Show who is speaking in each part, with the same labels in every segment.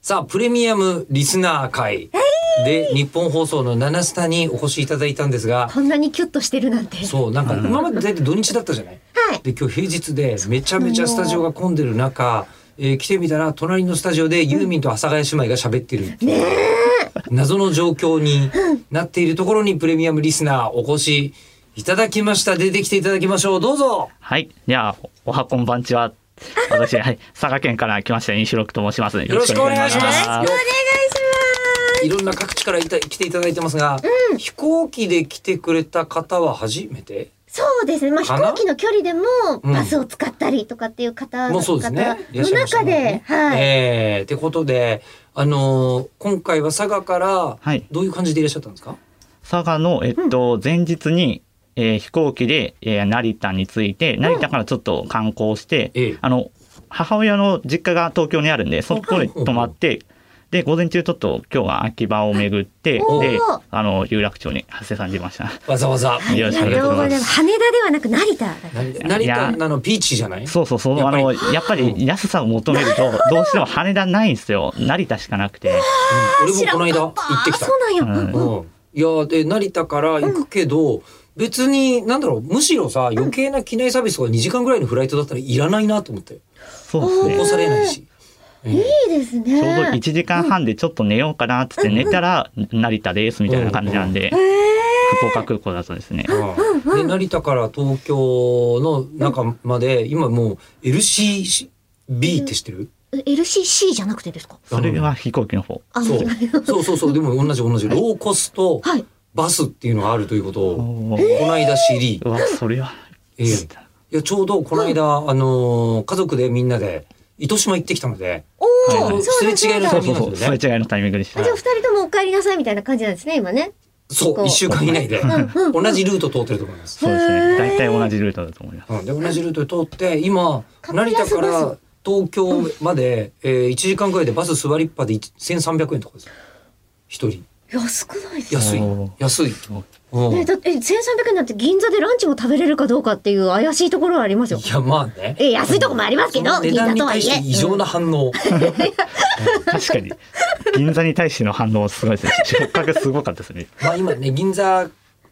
Speaker 1: さあ、プレミアムリスナー会で日本放送の七スタにお越しいただいたんですが、
Speaker 2: こんなにキュッとしてるなんて。
Speaker 1: そう、なんか今まで大体土日だったじゃない
Speaker 2: はい。
Speaker 1: で、今日平日でめちゃめちゃスタジオが混んでる中、えー来てみたら隣のスタジオでユーミンと阿佐ヶ谷姉妹が喋ってるっていう謎の状況になっているところにプレミアムリスナーお越しいただきました。出てきていただきましょう。どうぞ
Speaker 3: はい。じゃあ、おおはこんばんちは。私、はい。佐賀県から来ました、西六と申します。よ
Speaker 1: よろしくお願いします。
Speaker 3: ろくお願いし
Speaker 1: いろんな各地からいた来ていただいてますが、飛行機で来てくれた方は初めて
Speaker 2: そうですね。まあ、飛
Speaker 1: かな
Speaker 2: 行機の距離でも
Speaker 1: うん
Speaker 2: バスを使ったりとかっていう方
Speaker 1: もう
Speaker 2: 々
Speaker 1: そうですね。いらっ
Speaker 2: の
Speaker 1: しゃいましたも
Speaker 2: 中
Speaker 1: ん
Speaker 2: で
Speaker 1: ね、
Speaker 2: はい。
Speaker 1: えーってことで、あのー今回は佐賀か
Speaker 3: は
Speaker 1: ら
Speaker 3: い
Speaker 1: どういう感じでいらっしゃったんですか、
Speaker 3: ます佐賀の、えっと、前日に、えー飛行機で、えー成田に着いて、成田からちょっと観光して、
Speaker 1: ええ
Speaker 3: あの、母親の実家が東京にあるんで、そこで泊まって、で、午前中ちょっと今日は秋葉を巡って、
Speaker 2: おー
Speaker 3: で、あの、有楽町に発生さんでました。
Speaker 1: わざわざ。
Speaker 3: いや
Speaker 2: あ
Speaker 3: よろ
Speaker 2: り
Speaker 3: しくお
Speaker 2: が
Speaker 3: 願いし
Speaker 2: とうござい
Speaker 3: ま
Speaker 2: ますす。羽田ではなく成田だから。
Speaker 1: な成田なのピーチじゃない
Speaker 3: そうそう、そ
Speaker 1: やっ
Speaker 3: の、あ
Speaker 1: ぱり
Speaker 3: の、やっぱり安さを求めると、どうしても羽田ないんですよ。成田しかなくて。
Speaker 1: 俺もこの間行ってき
Speaker 2: あ
Speaker 1: た。
Speaker 2: そうなんや。
Speaker 3: うん
Speaker 1: うん、いやで成田から行くけど、別になんだろうむしろさ余計な機内サービスとか2時間ぐらいのフライトだったらいらないなと思って
Speaker 3: そ
Speaker 1: 起
Speaker 3: うで
Speaker 1: こ
Speaker 3: すね。
Speaker 1: されないし、ええ
Speaker 2: いいですね。
Speaker 3: ちょうど1時間半でちょっと寝ようかなっつって寝たら、成田ですみたいな感じなんで、福岡空港だとですね。
Speaker 1: うんで成田から東京の中まで今もう LCB って知ってる、
Speaker 2: LCC じゃなくてですか
Speaker 3: それは飛行機の方。
Speaker 2: あ
Speaker 1: そう
Speaker 2: 間違えた
Speaker 1: そうそうそうでも同じ同じローコスト
Speaker 2: はい。
Speaker 1: バスっていうのがあるということを
Speaker 3: おー
Speaker 1: この間知り、
Speaker 3: うわ、それは。
Speaker 1: ええいやちょうどこの間、あのー家族でみんなで糸島行ってきたので
Speaker 2: お
Speaker 3: はい
Speaker 2: お、
Speaker 3: はい
Speaker 2: そうだ
Speaker 1: すれ
Speaker 2: そ
Speaker 1: 違いうの
Speaker 2: だ。
Speaker 1: タ
Speaker 3: そ
Speaker 1: イミ
Speaker 3: う
Speaker 1: ン
Speaker 3: そ
Speaker 1: グ
Speaker 3: うそう、すれ違いのタイミングでした
Speaker 2: あじゃ。あ二人ともお帰りなさいみたいな感じなんですね、今ね。
Speaker 1: そ
Speaker 2: こ
Speaker 1: う、
Speaker 2: う
Speaker 1: 一週間以内で、同じルート通ってると思います。
Speaker 3: そうです
Speaker 2: へー
Speaker 3: ね。大体同じルートだと思います。
Speaker 1: うん、で、同じルートで通って、今、成
Speaker 2: 格
Speaker 1: 田
Speaker 2: 安
Speaker 1: か
Speaker 2: バス
Speaker 1: ら東京まで、えー、1時間くらいでバス座りっぱで1300円とかですよ。一人。
Speaker 2: 安くないですか
Speaker 1: 安い
Speaker 3: おー。
Speaker 1: 安い。
Speaker 3: ごい
Speaker 1: うん
Speaker 2: ね、
Speaker 1: い
Speaker 2: だってえ1300円なんて銀座でランチも食べれるかどうかっていう怪しいところはありますよ。
Speaker 1: や、まあね。
Speaker 2: え安いとこもありますけど
Speaker 1: その値段に対して異常な反応。
Speaker 3: 確かに、銀座に対しての反応すごいですね。触覚すごかったですね。
Speaker 1: まあ今ね、銀座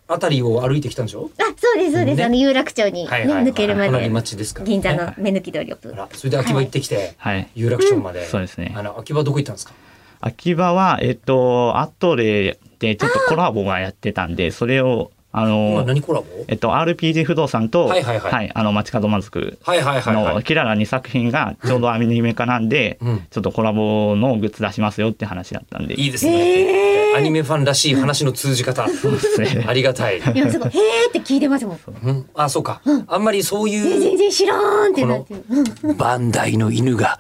Speaker 1: あたりを歩いてきたんでしょ
Speaker 2: あそうですそうです、
Speaker 1: ね
Speaker 2: あの有楽町に、ね
Speaker 1: はいはいはい
Speaker 2: 抜けるま
Speaker 1: 隣
Speaker 2: で
Speaker 1: 町ですからね
Speaker 2: 銀座の目抜き通りをプ
Speaker 1: あら、それで秋葉行ってきて、
Speaker 3: はい。
Speaker 1: 有楽町まで。
Speaker 3: そうですね
Speaker 1: あの、秋葉どこ行ったんですか
Speaker 3: 秋葉は、えっと、アトレでちょっとコラボがやってたんで、それを、あ
Speaker 1: 今
Speaker 3: の、
Speaker 1: 何コラボ
Speaker 3: えっと、RPG 不動産と、
Speaker 1: はいはいはい
Speaker 3: あの、街角まずく
Speaker 1: はいはいはいは
Speaker 3: の
Speaker 1: い。
Speaker 3: キララ2作品がちょうどアニメ化なんで、
Speaker 1: うん
Speaker 3: ちょっとコラボのグッズ出しますよって話だったんで。
Speaker 1: いいですね。アニメファンらしい話の通じ 方。
Speaker 3: ですね
Speaker 1: あ。りがたい。
Speaker 2: いやすごい「へえ」って聞いてますもん
Speaker 1: うん、あ、そうか。あんまりそう
Speaker 2: え
Speaker 1: いう
Speaker 2: 全然知らんってなってるうん
Speaker 1: バンダイの犬が。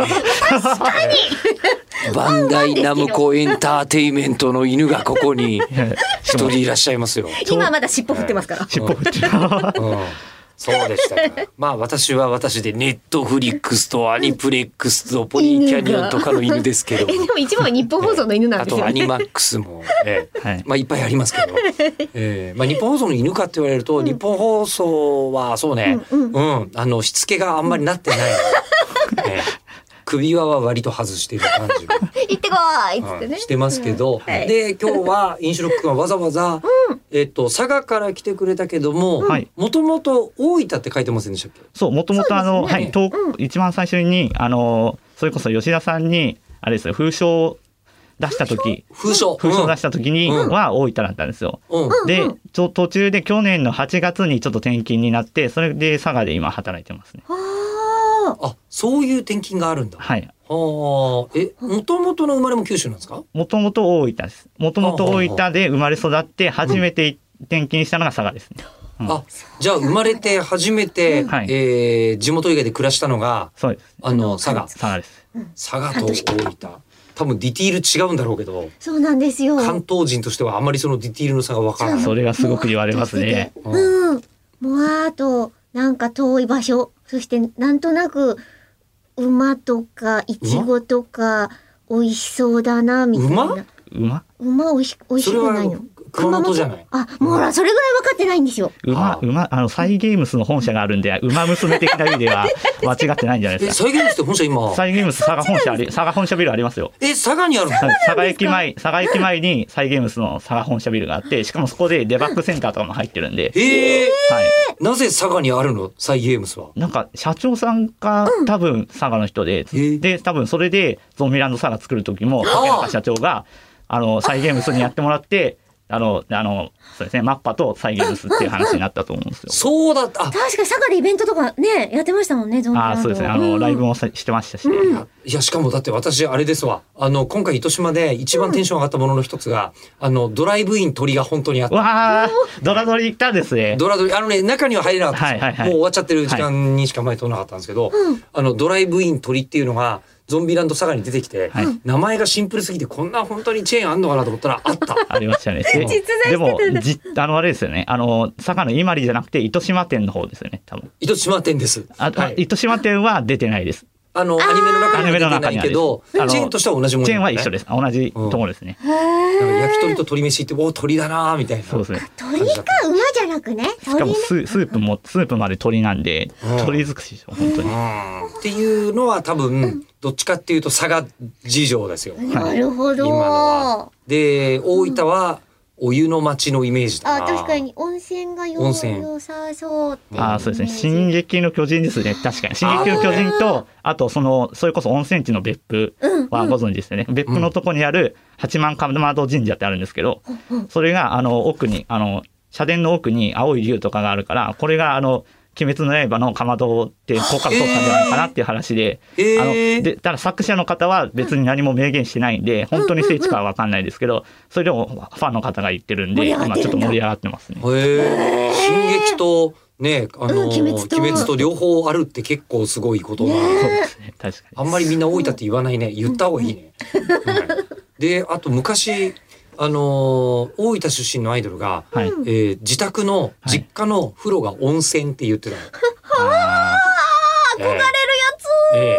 Speaker 1: バンダイナムコエンターテイメントの犬がここに一人いらっしゃいますよ。
Speaker 2: 今はまだ尻尾振ってますから、
Speaker 3: 尻尾振ってる。
Speaker 1: うんそうでしたか。 まあ私は私でネットフリックスとアニプレックスとポニーキャニオンとかの犬ですけど。
Speaker 2: えでも一番は日本放送の犬なん
Speaker 1: あ
Speaker 2: ですよ
Speaker 1: とアニ
Speaker 2: ね
Speaker 1: マックスも、ええ
Speaker 3: はい
Speaker 1: まあいっぱいありますけど、ええまあ日本放送の犬かって言われると、日本放送はそうね、うん、あのしつけがあんまりな ってない、ええ首輪は割と外してる感じが、
Speaker 2: 行ってこーいっつって
Speaker 1: う
Speaker 2: ね
Speaker 1: んしてますけど、
Speaker 2: はい
Speaker 1: で今日 は飲酒ロックがわざわざ、えっと佐賀から来てくれたけども
Speaker 3: はい、
Speaker 1: もともと大分って書いてませんでしたっけ？
Speaker 3: そう、もともとあの、
Speaker 2: そ
Speaker 3: は
Speaker 1: うで
Speaker 3: い、と、一番最初に、あの、それこそ吉田さんに、あれですよ、封書を出した時、
Speaker 1: 風書、
Speaker 3: 封書を出し
Speaker 1: う
Speaker 3: た時に
Speaker 1: うん
Speaker 3: は大分だったんですよ。
Speaker 1: ん、うん、
Speaker 3: で、ちょ途中で去年の8月にちょっと転勤になって、それで佐賀で今働いてますね。
Speaker 2: あ
Speaker 1: あそういう転勤があるんだ。は
Speaker 3: はい。
Speaker 1: あ、えもともとの生まれも九州なんですか？
Speaker 3: もともと大分です。もともと大
Speaker 1: ああ
Speaker 3: 分で生まれ育って、初めて転勤したのが佐賀ですね。うん
Speaker 1: あ、じゃあ生まれて初めて、
Speaker 3: はい
Speaker 1: えー地元以外で暮らしたのが、
Speaker 3: そうです。
Speaker 1: あの、佐賀。
Speaker 3: 佐賀です。
Speaker 1: 佐賀と大分。多分ディティール違うんだろうけど、
Speaker 2: そうなんですよ
Speaker 1: 関東人としてはあまりそのディティールの差がわからない。
Speaker 3: それがすごく言われますね。
Speaker 2: もわーっとしててうん。もわーっと、なんか遠い場所、そしてなんとなく、馬とか、いちごとか、美味しそうだな、みたいな。
Speaker 1: 馬
Speaker 3: 馬
Speaker 2: 馬美味し、美味
Speaker 1: そ
Speaker 2: し
Speaker 1: れ
Speaker 2: く
Speaker 1: は
Speaker 2: ないの。
Speaker 1: 熊本じゃない。
Speaker 2: あ、もうほら、それぐらい分かってないんですよ。
Speaker 1: あ
Speaker 3: 馬、
Speaker 1: ー
Speaker 3: 馬、あの、サイゲームスの本社があるんで、馬娘的な意味では間違ってないんじゃない
Speaker 1: え、
Speaker 3: です
Speaker 1: 再現して本社今
Speaker 3: か。。サイゲームス佐賀本社あり、佐賀本社ビルありますよ。
Speaker 1: え、佐賀にあるの
Speaker 3: はい佐賀駅前、佐賀駅前にサイゲームスの佐賀本社ビルがあって、しかもそこでデバッグセンターとかも入ってるんで、
Speaker 1: ええ
Speaker 3: はい。
Speaker 1: なぜ佐賀にあるのサイ・ゲームスは。
Speaker 3: なんか社長さんが多分佐賀の人で、
Speaker 1: ー
Speaker 3: で多分それでゾンビランド佐賀作る時も竹中社長があのサイゲームスにやってもらってあのあのそうですねマッパとサイゲームスっていう話になったと思うんです よ。
Speaker 1: そうだった。あ
Speaker 2: 確か佐賀でイベントとかね、やってましたもんね、ゾンビラン
Speaker 3: あ
Speaker 2: ド
Speaker 3: あそうですねあのライブもさしてましたし、
Speaker 1: いや、しかもだって私、あれですわ。あの、今回、糸島で一番テンション上がったものの一つが、あの、ドライブイン鳥が本当にあった。
Speaker 3: わあドラドリ行ったですね。
Speaker 1: ドラドリ、あのね、中には入れなかったんですよ
Speaker 3: はいはいはい
Speaker 1: もう終わっちゃってる時間にしか前通らなかったんですけど、あの、ドライブイン鳥っていうのが、ゾンビランド佐賀に出てきて、
Speaker 3: はい
Speaker 1: 名前がシンプルすぎて、こんな本当にチェーンあんのかなと思ったら、あった。
Speaker 3: ありましたね。で
Speaker 2: 実在してた
Speaker 3: で
Speaker 2: ん
Speaker 3: も
Speaker 2: だ
Speaker 3: じあのあれですよねあの佐賀の伊万里じゃなくて糸島店の方ですよね多分。
Speaker 1: 糸島店です。
Speaker 3: あ、あ
Speaker 1: はい
Speaker 3: 糸島店は出てないです。
Speaker 1: あの、アニメの中には出てないけど、チ
Speaker 3: アニメの中
Speaker 1: ェ
Speaker 3: にはある
Speaker 1: ーンとしては同じもの、
Speaker 3: チェーンは一緒です。あ同じところですね。
Speaker 1: なんか焼き鳥と鶏飯って、おお、鳥だなーみたいな。
Speaker 3: そうですね。
Speaker 2: 鳥か馬じゃなくね、
Speaker 3: しか
Speaker 2: 鳥
Speaker 3: も
Speaker 2: ね。
Speaker 3: ススープもスープまで鳥なんで
Speaker 1: うん
Speaker 3: 鳥尽くしでしょ本当に。
Speaker 1: うんっていうのは多分どっちかっていうと佐賀事情ですよ。今
Speaker 2: なるほど。
Speaker 1: のは
Speaker 2: あ、。
Speaker 1: で大分はお湯の町のイメージだな。
Speaker 2: 確か。に温泉がよ
Speaker 1: 温泉
Speaker 2: 良さそうって。
Speaker 3: ああそうですね。進撃の巨人ですね。確かに進撃の巨人とあとそのそれこそ温泉地の別府はご存知ですよね。別府のとこにある八幡竈神社ってあるんですけど、それがあの奥にあの社殿の奥に青い竜とかがあるからこれがあの鬼滅の刃のかまどってここから取ったんじゃないかなっていう話で、
Speaker 1: えー
Speaker 3: あの
Speaker 1: えー
Speaker 3: でただ作者の方は別に何も明言してないんで、本当に聖地かは分かんないですけど、それでもファンの方が言ってるんで、
Speaker 2: 盛り上がってるんだ
Speaker 3: 今ちょっと盛り上がってますね。
Speaker 1: へえ。進撃とねあの、
Speaker 2: うん
Speaker 1: 鬼
Speaker 2: 鬼
Speaker 1: 滅
Speaker 2: 滅
Speaker 1: と
Speaker 2: と
Speaker 1: 両方あるって結構すごいことだな。
Speaker 3: そうですね、確か
Speaker 1: あんまりみんな大分って言わないね。言った方がいいね。はいであと昔あのー大分出身のアイドルが、
Speaker 3: に。はい。
Speaker 1: えー自宅の実家の風呂が温泉って言ってたの。
Speaker 3: あ
Speaker 1: 憧れるやつ、ええ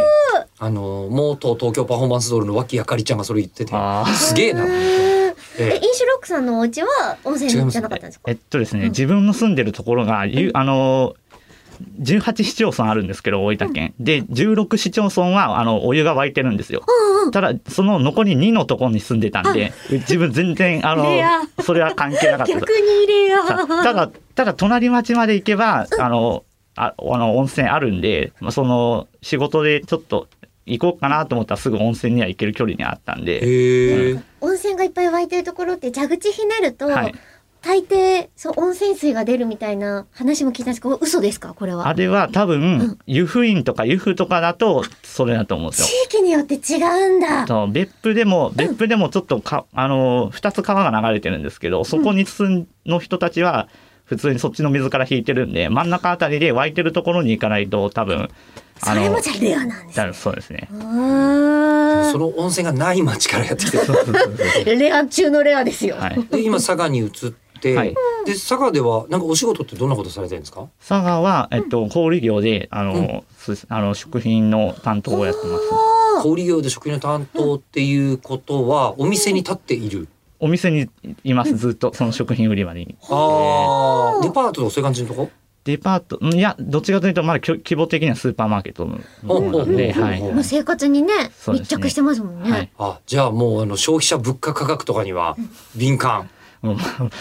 Speaker 1: あの元東京パフォーマンスドールの脇あかりちゃんがそれ言ってて
Speaker 3: ーあー。
Speaker 1: すげえな、
Speaker 2: え、
Speaker 1: ええ
Speaker 2: 飲酒ロックさんのお家は温泉じゃなかったんですか
Speaker 3: えっとですね、自分の住んでるところが、ゆあのー、18市町村あるんですけど、大分県。で、16市町村は、あの、お湯が湧いてるんですよ。ただ、その残り2のところに住んでたんで、自分全然、あの
Speaker 2: レア、
Speaker 3: それは関係なかったです
Speaker 2: 逆。にレア。
Speaker 3: たただ、ただ、隣町まで行けば、あの、ああの温泉あるんで、まあ、その仕事でちょっと行こうかなと思ったらすぐ温泉には行ける距離にあったんで、
Speaker 1: へえ
Speaker 2: 温泉がいっぱい湧いてるところって蛇口ひねると、
Speaker 3: はい
Speaker 2: 大抵そう温泉水が出るみたいな話も聞いたんですけど嘘ですかこれ
Speaker 3: あ
Speaker 2: は
Speaker 3: れは多分、湯布院とか湯布とかだと、それだと思うんですよ
Speaker 2: 地。域によって違うんだ
Speaker 3: あと別府でも、別府でもちょっとか、あの、二つ川が流れてるんですけど、そこに住んの人たちは、普通にそっちの水から引いてるんで、真ん中あたりで湧いてるところに行かないと、多分、
Speaker 2: それもじゃあレアなんです
Speaker 3: だそうですね。
Speaker 2: う
Speaker 1: そ
Speaker 2: ーん
Speaker 1: の温泉がない町からやってきてる
Speaker 2: レア中のレアですよ、
Speaker 3: はい。
Speaker 1: で今佐賀に移って、
Speaker 3: はい
Speaker 1: で佐賀ではなんかお仕事ってどんなことされてるんですか
Speaker 3: 佐賀は、えっと、小売業で、あの、そうですあの、食品の担当をやってます。
Speaker 1: 小売業で食品の担当っていうことはお店に立っている、
Speaker 3: お店にいます、ずっと、その食品売り場に。
Speaker 1: ああデパートとかそういう感じのとこ
Speaker 3: デパート、んいや、どっちかというと、まだきょ規模的にはスーパーマーケットのものなんで、
Speaker 1: うん
Speaker 3: は
Speaker 1: うん
Speaker 3: い
Speaker 1: うん
Speaker 2: もう生活にね
Speaker 3: そうで
Speaker 2: 密
Speaker 3: すね
Speaker 2: 着してますもんね、
Speaker 3: はい。
Speaker 1: あじゃあもうあの消費者物価価格とかには敏感、
Speaker 3: もう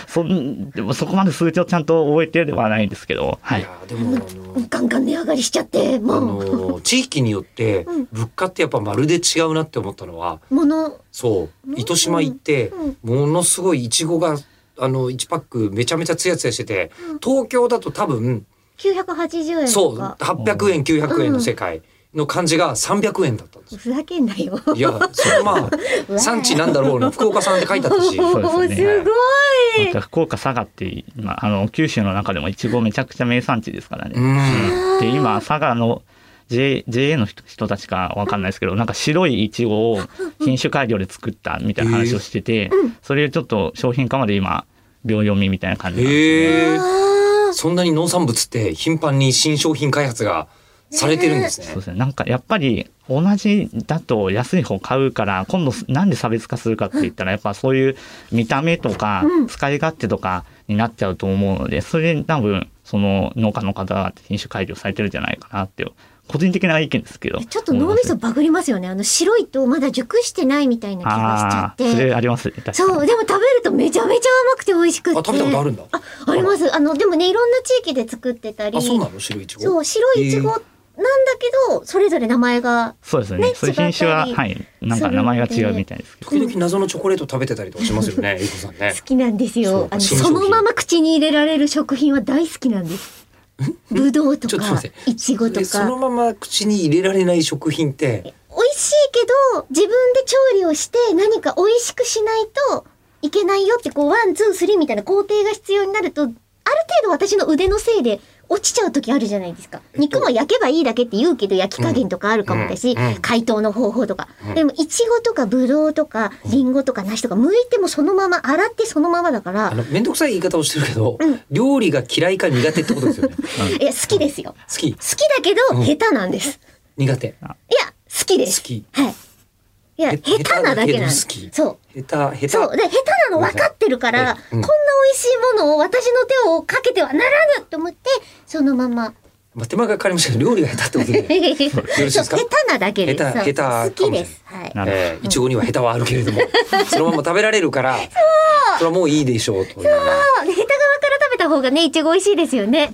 Speaker 3: そん でもそこまで数値をちゃんと覚えてではないんですけど、はいい。
Speaker 1: やでもあの
Speaker 2: ガンガン値上がりしちゃって
Speaker 1: あ
Speaker 2: もう、
Speaker 1: のー 地域によって物価ってやっぱまるで違うなって思ったのは
Speaker 2: もの
Speaker 1: そう糸島行って
Speaker 2: うん
Speaker 1: ものすごいイチゴがあの1パックめちゃめちゃツヤツヤしてて東京だと多分
Speaker 2: 980円
Speaker 1: そ
Speaker 2: と
Speaker 1: う
Speaker 2: か
Speaker 1: 800円900円の世界の感じが300円だったんですよ。
Speaker 2: ふざけんなよ
Speaker 1: いやそれ まあ産地なんだろうな福岡産って書いてあったし。
Speaker 3: うですね
Speaker 2: おーすごい
Speaker 3: なんか福岡、佐賀って、まあ、あの、九州の中でもいちごめちゃくちゃ名産地ですからね。
Speaker 1: うん
Speaker 3: で今佐賀の J JA の人人たちかわかんないですけどなんか白いイチゴを品種改良で作ったみたいな話をしてて、それをちょっと商品化まで今秒読みみたいな感じなんです
Speaker 1: へえ
Speaker 2: あ
Speaker 1: そんなに農産物って頻繁に新商品開発がされてるんです
Speaker 3: そう
Speaker 1: ね
Speaker 3: で。すねなんかやっぱり同じだと安い方買うから今度なんで差別化するかって言ったらやっぱそういう見た目とか
Speaker 2: うん
Speaker 3: 使い勝手とかになっちゃうと思うのでそれで多分その農家の方が品種改良されてるんじゃないかなっていう個人的な意見ですけど
Speaker 2: ちょっと脳みそ
Speaker 3: 思い
Speaker 2: バグりますよね。あの白いとまだ熟してないみたいな気がしちゃ
Speaker 3: ま
Speaker 2: っ
Speaker 3: すあーそ
Speaker 2: て。
Speaker 3: れありますね確かに
Speaker 2: そう、でも食べるとめちゃめちゃ甘くて美味しく
Speaker 1: あ
Speaker 2: って。
Speaker 1: 食べたことあるんだ。
Speaker 2: ああります。あの、でもね、いろんな地域で作ってたり。
Speaker 1: あそうなの白いちご。
Speaker 2: そう白いイチゴなんだけど、それぞれ名前が。
Speaker 3: そうですね
Speaker 2: ね
Speaker 3: そういう品種は
Speaker 2: 違ったり
Speaker 3: はいなんか名前が違うみたいですけど
Speaker 1: 時々謎のチョコレート食べてたりとかしますよ ね、ゆうこさんね
Speaker 2: 好。きなんです
Speaker 1: そ
Speaker 2: よ
Speaker 1: う。
Speaker 2: あの、
Speaker 1: 新商
Speaker 2: そ
Speaker 1: 品
Speaker 2: のまま口に入れられる食品は大好きなんです。ぶどうと
Speaker 1: ちょっとすい
Speaker 2: か
Speaker 1: ません、
Speaker 2: いちごと
Speaker 1: でその
Speaker 2: か。
Speaker 1: まま口に入れられない食品って、
Speaker 2: 美味しいけど、自分で調理をして何か美味しくしないといけないよって、こう、ワン、ツー、スリーみたいな工程が必要になると、ある程度私の腕のせいで落ちちゃう時あるじゃないですか。
Speaker 1: っと
Speaker 2: 肉も焼けばいいだけって言うけど、焼き加減とかあるかもだし、
Speaker 1: うんうん
Speaker 2: 解凍の方法とか。
Speaker 1: うん
Speaker 2: でも、いちごとかぶどうとか、りんごとか梨とか、剥いてもそのまま、洗ってそのままだから、
Speaker 1: あの、めんどくさい言い方をしてるけど、
Speaker 2: うん
Speaker 1: 料理が嫌いか苦手ってことですよね。
Speaker 2: いや、好きですよ。
Speaker 1: 好き
Speaker 2: 好、きだけ
Speaker 1: う
Speaker 2: ど、
Speaker 1: ん
Speaker 2: 下手なんです。
Speaker 1: 苦手。
Speaker 2: いや、好きで
Speaker 1: 好
Speaker 2: す。
Speaker 1: き。
Speaker 2: はい。いや、
Speaker 1: へ
Speaker 2: 下手なだけなんです
Speaker 1: 下手だけど好。き
Speaker 2: そう。
Speaker 1: 下手、
Speaker 2: そ
Speaker 1: 下
Speaker 2: う。で、下手なの分かってるから、
Speaker 1: ええ
Speaker 2: こ
Speaker 1: うんん
Speaker 2: な美味しいものを私の手をかけてはならぬと思って、そのまま。
Speaker 1: 手。まあ、手間がかかりましたけど、料理が下手って ことで。
Speaker 2: そう、
Speaker 1: ろしいで
Speaker 2: 下
Speaker 1: すか
Speaker 2: 手なだけです。
Speaker 1: 下手
Speaker 2: そう
Speaker 1: 下手
Speaker 2: 好きで
Speaker 1: かもし
Speaker 2: す。はい。
Speaker 3: なる
Speaker 1: えーいちごには下手はあるけれども、そのまま食べられるから、それはもういいでしょうという。
Speaker 2: そうで下手側から食べた方がね、いちご美味しいですよね。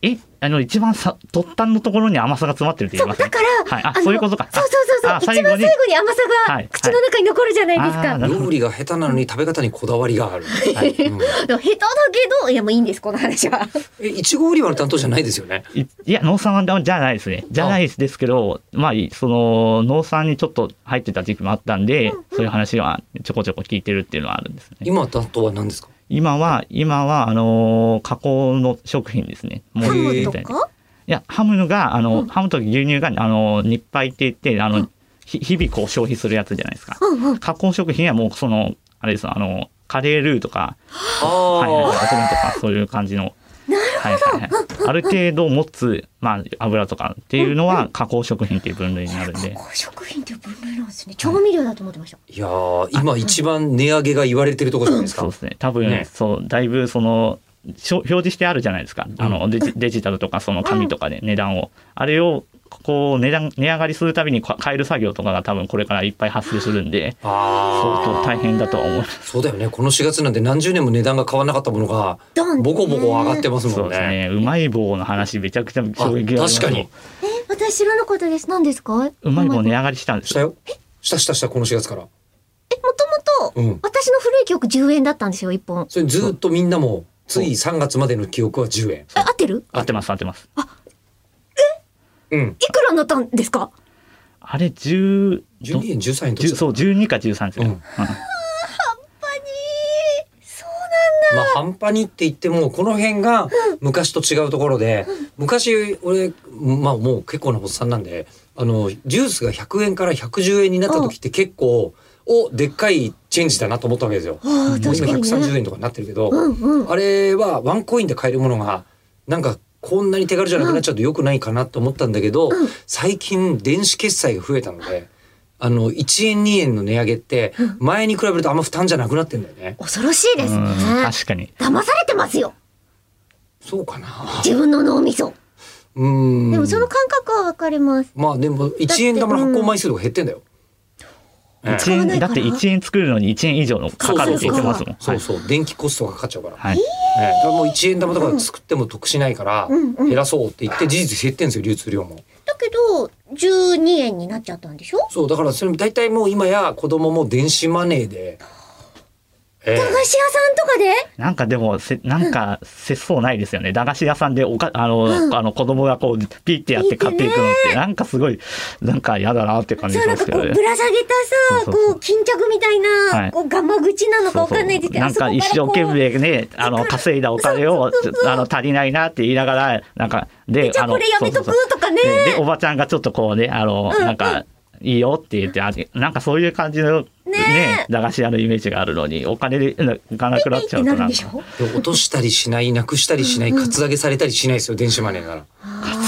Speaker 3: えあの一番さ突端のところに甘さが詰まってるって言
Speaker 2: そ、
Speaker 3: いうま
Speaker 2: だ
Speaker 3: すね
Speaker 2: から、
Speaker 3: はいあ
Speaker 2: の
Speaker 3: そういうことか
Speaker 2: そうそうそう
Speaker 3: ああ
Speaker 2: そう。
Speaker 3: 最
Speaker 2: 一
Speaker 3: 後
Speaker 2: 番
Speaker 3: に
Speaker 2: 最後に甘さ
Speaker 3: は
Speaker 2: が
Speaker 3: い
Speaker 2: 口の中に残るじゃないですか。
Speaker 3: あーなるほど
Speaker 1: 料理が下手なのに食べ方にこだわりがある。はいうん
Speaker 2: でも下手だけど、いやもういいんです、この話は。
Speaker 1: え、いちご売り場の担当じゃないですよね。
Speaker 3: いいや農産はじゃないですねじゃないですけどまあいその農産にちょっと入ってた時期もあったんで、そういう話はちょこちょこ聞いてるっていうのはあるんですね
Speaker 1: 今担当は何ですか。
Speaker 3: 今は今はあのー加工の食品ですね も
Speaker 2: ハ
Speaker 3: う
Speaker 2: ムと
Speaker 3: い
Speaker 2: か
Speaker 3: やハムがあの、ハムと牛乳があの日配って言ってあの、ひ日々こう消費するやつじゃないですか
Speaker 2: うんうん。
Speaker 3: 加工食品はもうそのあれですあのカレールーとか
Speaker 1: ああ
Speaker 3: はい、お米とかそういう感じの。はいはいはい、ある程度持つ、まあ、油とかっていうのは加工食品っていう分類になるんで、
Speaker 2: 加工食品っていう分類なんですね。調味料だと思ってました。
Speaker 1: いやー今一番値上げが言われてるところじゃないです
Speaker 3: そ
Speaker 1: か
Speaker 3: うで。すね多分、
Speaker 1: ね
Speaker 3: そうだいぶそのしょ表示してあるじゃないですか、あのデジ デジタルとかその紙とかで値段を、あれをこう値段値上がりするたびにこ変える作業とかが多分これからいっぱい発生するんで
Speaker 1: あ
Speaker 3: 相当大変だとは思います
Speaker 1: あ、 そうだよね。この4月なんて何十年も値段が変わらなかったものが
Speaker 2: ドン
Speaker 1: ボコボコ上がってます
Speaker 3: そ
Speaker 1: も
Speaker 3: うんです
Speaker 1: ね。
Speaker 3: ねうまい棒の話めちゃくちゃ
Speaker 1: あ
Speaker 3: 衝撃があります
Speaker 1: 確かに
Speaker 2: え私知らなかったです。何ですか
Speaker 3: うまい棒値上がりしたんです
Speaker 1: した
Speaker 3: よ
Speaker 1: よ。したしたしたこの4月から。
Speaker 2: え、もともと、
Speaker 1: うん
Speaker 2: 私の古い記憶10円だったんですよ、1本。
Speaker 1: それずっとみんなもつい3月までの記憶は10円。
Speaker 2: え、合ってる
Speaker 3: 合ってます合ってます
Speaker 1: うん。
Speaker 2: いくらになったんですか
Speaker 3: あれ10
Speaker 1: 12円13円と。
Speaker 3: 十そうう12か13ですよ、
Speaker 1: うん
Speaker 3: うん
Speaker 1: まあ半端にって言ってもこの辺が昔と違うところで、昔俺まあもう結構なおっさんなんで、あのジュースが100円から110円になった時って結構おでっかいチェンジだなと思ったわけですよ。
Speaker 2: ああ、
Speaker 1: もう
Speaker 2: 確
Speaker 1: 今
Speaker 2: かに
Speaker 1: 130
Speaker 2: ね。
Speaker 1: 円とかになってるけど、
Speaker 2: うんうん。
Speaker 1: あれはワンコインで買えるものがなんかこんなに手軽じゃなくなっちゃうと良くないかなと思ったんだけど、最近電子決済が増えたのであの1円2円の値上げって前に比べるとあんま負担じゃなくなってんだよね。
Speaker 2: 恐ろしいですね。
Speaker 3: うん確かに
Speaker 2: 騙されてますよ。
Speaker 1: そうかな。
Speaker 2: 自分の脳みそ。
Speaker 1: うーん。
Speaker 2: でもその感覚はわかります。
Speaker 1: まあでも1円玉の発行枚数とか減ってんだよ。ええ
Speaker 3: 一
Speaker 2: わない
Speaker 3: 円
Speaker 2: か
Speaker 3: だ
Speaker 2: ら
Speaker 3: って1円作るのに1円以上のかかるって言ってますもん
Speaker 1: そうそう、電気コストがかかっちゃうから。
Speaker 3: はい、
Speaker 1: ええだからもう1円玉とか作っても得しないから
Speaker 2: うんうん
Speaker 1: 減らそうって言って事実減ってんですよ流通量も。
Speaker 2: だけど、12円になっちゃったんでしょ
Speaker 1: そうだからそれも大体もう今や子供も電子マネーで、え
Speaker 2: 駄菓
Speaker 1: え
Speaker 2: 子屋さんとかで
Speaker 3: なんかでもせなんか節操ないですよね駄菓子屋さんでおかあの、あの子供がこうピッてやって買っていくのってなんかすごいなんか嫌だなって感じ
Speaker 2: そう
Speaker 3: し
Speaker 2: な
Speaker 3: ま
Speaker 2: んか
Speaker 3: すけど
Speaker 2: こう
Speaker 3: ね
Speaker 2: ぶ。ら下げたさ
Speaker 3: そうそうそ
Speaker 2: こ
Speaker 3: う
Speaker 2: う巾着みたいな、
Speaker 3: はい
Speaker 2: こうガマ口なのかわかんないですけど
Speaker 3: なんか一生懸
Speaker 2: あ
Speaker 3: 命ねあの稼いだお金をあの足りないなって言いながらなんかで
Speaker 2: じゃあ
Speaker 3: の
Speaker 2: これやめとく
Speaker 3: そうそう
Speaker 2: とかね
Speaker 3: そうででおばちゃんがちょっとこうねあの、なんかいいよって言ってあなんかそういう感じのね駄菓子屋のイメージがあるのにお金でな行かなく
Speaker 2: そこ
Speaker 3: な
Speaker 2: からこう
Speaker 3: っ
Speaker 2: ピッ
Speaker 3: ち
Speaker 2: て
Speaker 3: ゃうと
Speaker 2: なる
Speaker 3: なんん
Speaker 2: で しょ
Speaker 3: か
Speaker 1: で落としたりしないなくしたりしないカツアゲされたりしないですよ電子マネーなら。
Speaker 2: ああ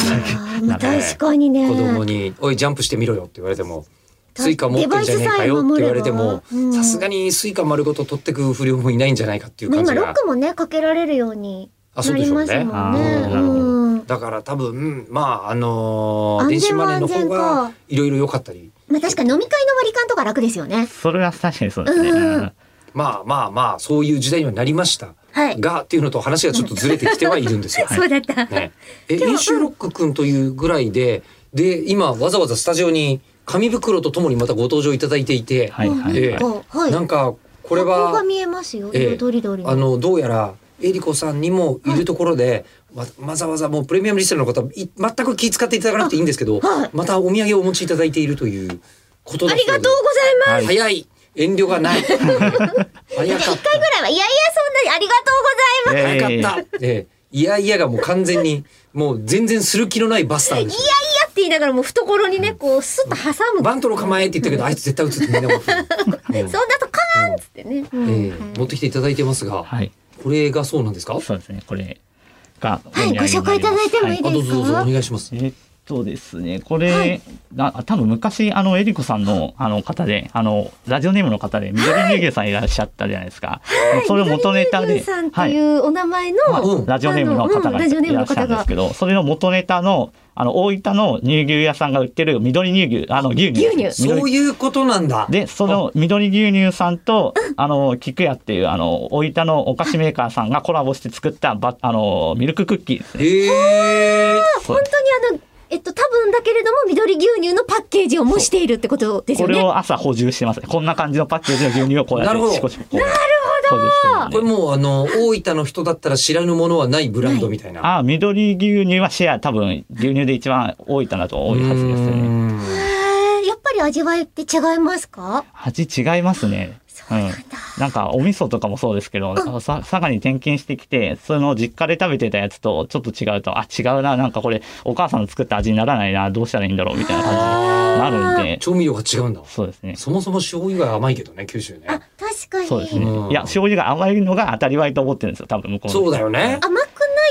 Speaker 2: ーまあ
Speaker 3: なんか
Speaker 1: ね
Speaker 2: 確かにね。
Speaker 1: 子供に「おいジャンプしてみろよ」って言われても「
Speaker 2: だ
Speaker 1: スイカ持ってんじゃねえかよ」って言われても
Speaker 2: デバイスさえ守ればう
Speaker 1: さ
Speaker 2: ん
Speaker 1: すがにスイカ丸ごと取ってく不良もいないんじゃないかっていう
Speaker 2: まあ
Speaker 1: 感
Speaker 2: 今
Speaker 1: じ
Speaker 2: ロッ
Speaker 1: が
Speaker 2: クもねかけられるように
Speaker 1: あ
Speaker 2: な
Speaker 1: そうで
Speaker 2: り
Speaker 1: しょう
Speaker 2: ま
Speaker 1: ね
Speaker 2: すもん
Speaker 3: あ
Speaker 2: ね。
Speaker 3: ーなるほど
Speaker 2: うん
Speaker 1: だから多分まああのー
Speaker 2: 安
Speaker 1: 電子
Speaker 2: 全
Speaker 1: マネ
Speaker 2: は
Speaker 1: ーの方が
Speaker 2: 安全か
Speaker 1: いろいろ良かったり
Speaker 2: まあ確かに飲み会の割り勘とか楽ですよね。
Speaker 3: それは確かにそうですね。
Speaker 2: うんうん
Speaker 3: うん
Speaker 1: まあまあまあそういう時代にはなりました
Speaker 2: はい。
Speaker 1: がっていうのと話がちょっとずれてきてはいるんですよ。
Speaker 2: そうだった。
Speaker 1: ね、え飲酒ロック君というぐらいでで今わざわざスタジオに紙袋とともにまたご登場いただいていて、
Speaker 3: はいは
Speaker 1: え
Speaker 3: い
Speaker 1: え
Speaker 3: はい。
Speaker 2: あはい。
Speaker 1: なんかこれ
Speaker 2: 箱が
Speaker 1: は
Speaker 2: 見えますよ。
Speaker 1: ええ
Speaker 2: 緑々の。
Speaker 1: あのどうやらえりこさんにもいるところで、わわざわざもうプレミアムリスナーの方い全く気遣っていただかなくていいんですけど、
Speaker 2: はい
Speaker 1: またお土産をお持ちいただいているということ
Speaker 2: あ
Speaker 1: だそう
Speaker 2: り
Speaker 1: で
Speaker 2: がとうございます。
Speaker 3: はい
Speaker 1: 早い遠慮がない 早かっ
Speaker 2: 一回ぐらいはいやいやそんなにありがとうございます。
Speaker 1: た早か
Speaker 3: ええ
Speaker 1: った、ええいやいやがもう完全にもう全然する気のないバスターで
Speaker 2: い
Speaker 1: し
Speaker 2: や
Speaker 1: た
Speaker 2: いやって言いながらもう懐にねこうスッと挟む。
Speaker 1: バントの構えって言ったけど、あいつ絶対打つってみんな思ってる。
Speaker 2: そんなとカーンっつってね。 うん
Speaker 1: ええ持ってきていただいてますが、
Speaker 3: はい。
Speaker 1: これがそうなんですか。
Speaker 3: そうですね。これがお土
Speaker 2: は
Speaker 3: 産
Speaker 2: い
Speaker 3: になります。
Speaker 2: ご紹介いただいてもいいですか
Speaker 1: あ、どうぞどうぞお願いします。
Speaker 3: えっとですね、これ、
Speaker 2: はい
Speaker 3: あ多分昔、あの、えりこさんの、あの方で、あの、ラジオネームの方で、緑乳牛さんいらっしゃったじゃないですか。それを元ネタ
Speaker 2: ゆう、
Speaker 3: で
Speaker 2: さんって
Speaker 3: はいい。
Speaker 2: うお名前の、
Speaker 1: あうん
Speaker 3: ラジオネームの
Speaker 2: あ
Speaker 3: 方
Speaker 2: のうん
Speaker 3: が
Speaker 2: ラ
Speaker 3: い
Speaker 2: ジオネーム
Speaker 3: ら
Speaker 2: の
Speaker 3: っしゃ
Speaker 2: 方が
Speaker 3: るんですけど、それの元ネタの、あの、大分の乳牛屋さんが売ってる緑乳牛、あの、牛乳。
Speaker 2: 牛乳
Speaker 3: 緑
Speaker 1: そういうことなんだ。
Speaker 3: で、その緑牛乳さんと、あの、菊屋っていう、あの、大分のお菓子メーカーさんがコラボして作った、ば、あの、ミルククッキーですね。
Speaker 1: へえ。
Speaker 3: そう
Speaker 2: 本当にあのえっと多分だけれども緑牛乳のパッケージを模しているってことです
Speaker 3: こ
Speaker 2: よ
Speaker 3: れ
Speaker 2: ね。
Speaker 3: を朝補充してます。こんな感じのパッケージの牛乳をこうやっ
Speaker 1: なるほど
Speaker 3: てシコシコこう。なるほど
Speaker 1: これもうあの大分の人だったら知らぬものはないブランドみたいな。
Speaker 3: ああ、緑牛乳はシェア、多分牛乳で一番多いだなと多いはずですよ
Speaker 1: うー
Speaker 3: ね。
Speaker 1: ん
Speaker 2: へーやっぱり味わいって違いますか？
Speaker 3: 味違いますね。うん。なんかお味噌とかもそうですけど、さ佐賀に転勤してきて、その実家で食べてたやつとちょっと違うと、あ、違うな、なんかこれお母さんの作った味にならないな、どうしたらいいんだろうみたいな感じになるんで、
Speaker 1: 調味料が違うんだ。
Speaker 3: そうですね。
Speaker 1: そもそも醤油が甘いけどね、九州ね。
Speaker 2: あ確かに
Speaker 3: そうですね。
Speaker 1: うん
Speaker 3: いや、醤油が甘いのが当たり前と思ってるんですよ、多分向こうの人
Speaker 1: そうだよね。
Speaker 2: 甘くな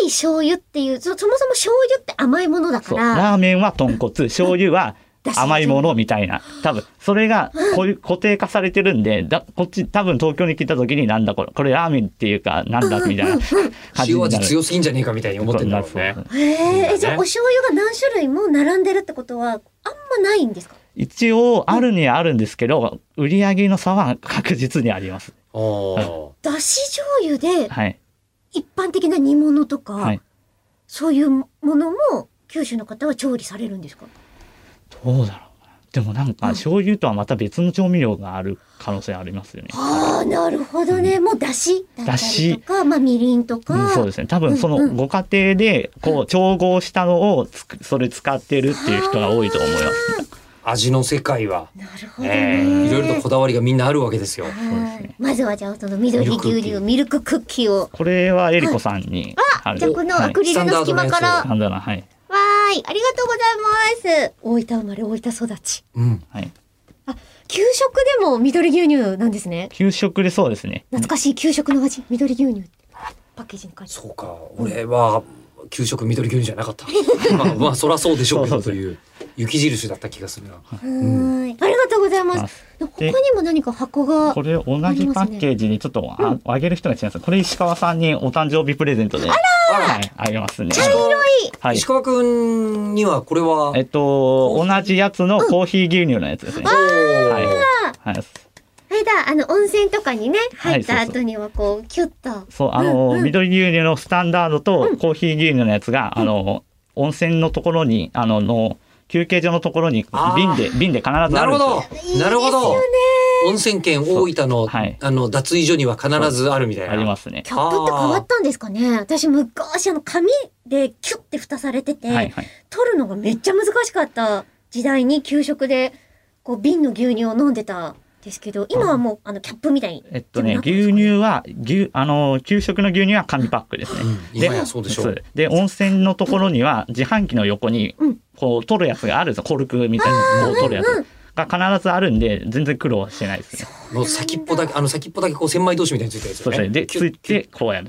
Speaker 2: い醤油っていうそそもそも醤油って甘いものだか
Speaker 3: そう
Speaker 2: ら。
Speaker 3: ラーメンは豚 骨醤油は甘いものみたいな多分それがこういう固定化されてるんでだこっち多分東京に来た時になんだこれこれラーメンっていうかなんだみたいな
Speaker 1: 塩
Speaker 3: 感じに
Speaker 1: 味
Speaker 3: なる
Speaker 1: 強すぎんじゃねえかみたいに思ってんだろう
Speaker 3: そう
Speaker 1: ね
Speaker 3: そう。
Speaker 2: へえ、
Speaker 1: ね
Speaker 2: じゃあお醤油が何種類も並んでるってことはあんまないんですか？
Speaker 3: 一応あるにはあるんですけど売り上げの差は確実にあります
Speaker 1: あー
Speaker 2: だし醤油で
Speaker 3: はい
Speaker 2: 一般的な煮物とか、
Speaker 3: はい
Speaker 2: そういうものも九州の方は調理されるんですか？
Speaker 3: どうだろうなでもなんか醤油とはまた別の調味料がある可能性ありますよね
Speaker 2: ああ、なるほどね。もうだしだったりとか、まあみりんとか。
Speaker 3: うん、そうですね多
Speaker 2: うん
Speaker 3: 分そ
Speaker 2: うん
Speaker 3: のご家庭でこう調合したのをつくそれ使ってるっていう人が多いと思います
Speaker 1: 味の世界は。
Speaker 2: なるほど
Speaker 1: ね
Speaker 2: ね。
Speaker 1: いろいろとこだわりがみんなあるわけですよ。
Speaker 2: はいまずはじゃあその緑牛乳ミルククッキーを。
Speaker 3: これはエリコさんにある
Speaker 2: じゃあこのアクリルの隙間から。
Speaker 1: ス
Speaker 2: わ
Speaker 1: タ
Speaker 3: なんだなはい
Speaker 2: ーい、ありがとうございます。大分生まれ、大分育ち。
Speaker 1: うん。
Speaker 3: はい
Speaker 2: 給食でも緑牛乳なんですね。
Speaker 3: 給食でそうですね
Speaker 2: 懐かしい給食の味、緑牛乳。パッケージに書いてある。
Speaker 1: そうか、俺は給食緑牛乳じゃな かった。まあ、まあ、そらそうでしょうけどと
Speaker 3: そうそう
Speaker 1: いう雪印だった気がするな。
Speaker 2: はーい。ありがとうございま
Speaker 3: ますす。
Speaker 2: 他にも何か箱が
Speaker 3: こ。れ同じパッケージにちょっとあ,、げる人が違いますこれ石川さんにお誕生日プレゼントであ
Speaker 1: あら
Speaker 3: はい、あげますね
Speaker 1: 石川
Speaker 3: はい
Speaker 1: 石川くんにはこれは。
Speaker 3: えっと同じやつのコーヒー牛乳のやつですね、はいはい
Speaker 2: あれだ、あの温泉とかにね、入った
Speaker 3: はいそうそう
Speaker 2: 後にはこう、キュッと。
Speaker 3: そう、あの、緑牛乳のスタンダードとコーヒー牛乳のやつが、あの、温泉のところに、あの、の休憩所のところに
Speaker 1: あー
Speaker 3: 瓶で、瓶で必ずあるんです
Speaker 1: なるほど
Speaker 3: よ。。
Speaker 1: なるほど
Speaker 2: いいで。
Speaker 1: 温泉県大分の、
Speaker 3: はい
Speaker 1: あの脱衣所には必ずあるみたいな。
Speaker 3: ありますね
Speaker 2: キ。ャップって変わったんですかね私昔あの紙でキュッて蓋されてて、
Speaker 3: はいはい。
Speaker 2: 取るのがめっちゃ難しかった時代に給食でこう瓶の牛乳を飲んでたんですけど、今はもうあのキャップみたいに。
Speaker 3: えっとね、
Speaker 2: 自
Speaker 3: 牛
Speaker 2: 分の
Speaker 3: 乳は、牛、あの、給食の牛乳は紙パックですね。
Speaker 1: うん今やそうでしょう
Speaker 3: すで、温泉のところには、自販機の横に
Speaker 2: うん、
Speaker 3: こう、取るやつがあるんですよ。コルクみたいな、こう、取るやつが必ずあるんで、全然苦労はしてないですね。
Speaker 1: もう先っぽだけ、あの先っぽだけこう千枚同士みたいについてるやつ
Speaker 3: そ
Speaker 1: よ
Speaker 3: うです
Speaker 1: ね。
Speaker 3: ね。で、
Speaker 1: キ
Speaker 3: つ
Speaker 1: ュッ
Speaker 3: いて、こうやる。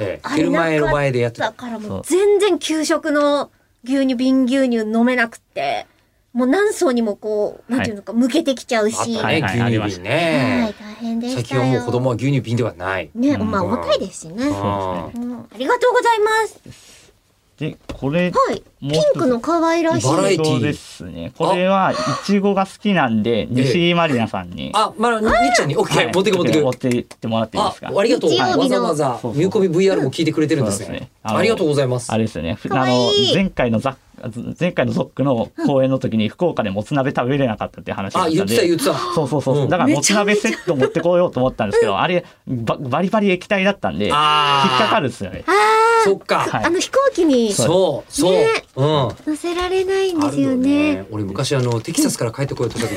Speaker 1: ええ
Speaker 2: あ
Speaker 1: 蹴
Speaker 2: れ
Speaker 1: る
Speaker 2: なかった
Speaker 1: 前の前でやってた
Speaker 2: だ。からもう全然給食の牛乳、瓶牛乳飲めなくて、もう何層にもこう、なんていうのか、向けてきちゃう
Speaker 1: あっ
Speaker 2: し。
Speaker 1: た
Speaker 3: は
Speaker 1: ね
Speaker 3: い
Speaker 1: 牛
Speaker 3: ありま
Speaker 1: 乳
Speaker 3: し
Speaker 1: 瓶
Speaker 2: はい、
Speaker 1: ね
Speaker 2: 大変でしたよ。
Speaker 1: 最近はもう子供は牛乳瓶ではない
Speaker 2: ね、
Speaker 3: うん
Speaker 2: まあお若いですしね。
Speaker 1: あー
Speaker 2: うん、ありがとうございます。
Speaker 3: で、これ、
Speaker 2: はい。
Speaker 3: もう
Speaker 2: ピ
Speaker 3: 一つ
Speaker 2: ンクの可愛らしい。
Speaker 1: バラエティ
Speaker 3: そうですね。これは、いちごが好きなんで、西井まりなさんに。
Speaker 1: あまあみっちゃんに OK 持ってく持ってく
Speaker 3: 持って行ってもらっていいで
Speaker 1: あ
Speaker 3: すか。
Speaker 1: ありがとう
Speaker 2: 日曜
Speaker 1: わ
Speaker 2: 日の
Speaker 1: ざわざ
Speaker 3: そうそう
Speaker 1: ミューコミ VR も聞いてくれてるんです
Speaker 3: そうです
Speaker 1: ね
Speaker 3: ねあの
Speaker 1: ありがとうございます
Speaker 3: あれですね。ふ
Speaker 2: かわいい
Speaker 3: あの前回のザ前回のゾックの公演の時に福岡でもつ鍋食べれなかったっていう話だった
Speaker 1: あ
Speaker 3: んで。
Speaker 1: 言ってた言ってた
Speaker 3: そうそうそう。
Speaker 1: うん
Speaker 3: だから
Speaker 2: め
Speaker 3: も
Speaker 2: ち
Speaker 3: つ
Speaker 2: ゃめ
Speaker 3: 鍋
Speaker 2: ちゃ
Speaker 3: セット持ってこようと思ったんですけど、あれババリバリ液体だったんで引っ
Speaker 1: あー
Speaker 3: かかるっすよね。
Speaker 2: あ
Speaker 1: そっか
Speaker 3: はい
Speaker 2: あ、あの飛行機に
Speaker 1: そうそう
Speaker 2: ね
Speaker 1: うん
Speaker 2: 乗せられないんで
Speaker 1: あ
Speaker 2: す
Speaker 1: る
Speaker 2: よ
Speaker 1: よ
Speaker 2: ね。
Speaker 1: ね。俺昔あのテキサスから帰ってこようとした時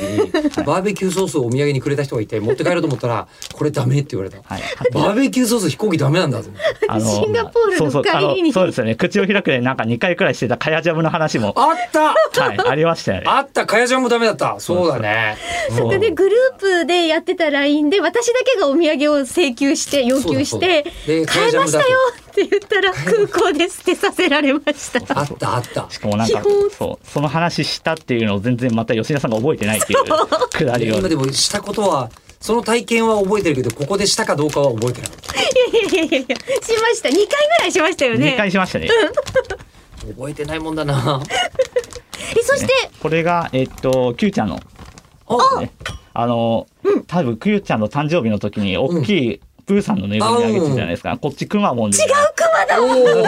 Speaker 1: にバーベキューソースをお土産にくれた人がいて持って帰ろうと思ったらこれダメって言われた。
Speaker 3: はい。
Speaker 1: バーベキューソース飛行機ダメなんだと思って。
Speaker 3: あの
Speaker 2: シンガポールの
Speaker 3: そうそうあの
Speaker 2: 帰りに
Speaker 3: そうですよね。口を開くでなんか2回くらいしてたカヤジャムの話も
Speaker 1: あ った
Speaker 3: はいありましたよね。
Speaker 1: あったかやちゃんもダメだった。そうだね。
Speaker 2: それでグループでやってた LINE で私だけがお土産を請求して要求
Speaker 1: そうだそ
Speaker 2: して
Speaker 1: うだで
Speaker 2: 買えましたよって言ったら空港で捨てさせられました。
Speaker 1: あったあった。
Speaker 3: しかもなんか
Speaker 2: 基本
Speaker 3: そうその話したっていうのを全然また吉田さんが覚えてないっていうくだりを
Speaker 1: 今でもしたことはその体験は覚えてるけどここでしたかどうかは覚えてない。
Speaker 2: いやいやいやいやしました。2回ぐらいしましたよ
Speaker 3: 2
Speaker 2: ね。
Speaker 3: 回しましたね。
Speaker 1: 覚えてないもんだな。
Speaker 2: えそして、
Speaker 3: これがえっとキューちゃんの
Speaker 1: あ
Speaker 3: ねあの、多分くゆちゃんの誕生日の時に大きいプーさんのぬいぐるみあげてたじゃないですか、こっちくまモンで違う
Speaker 1: おー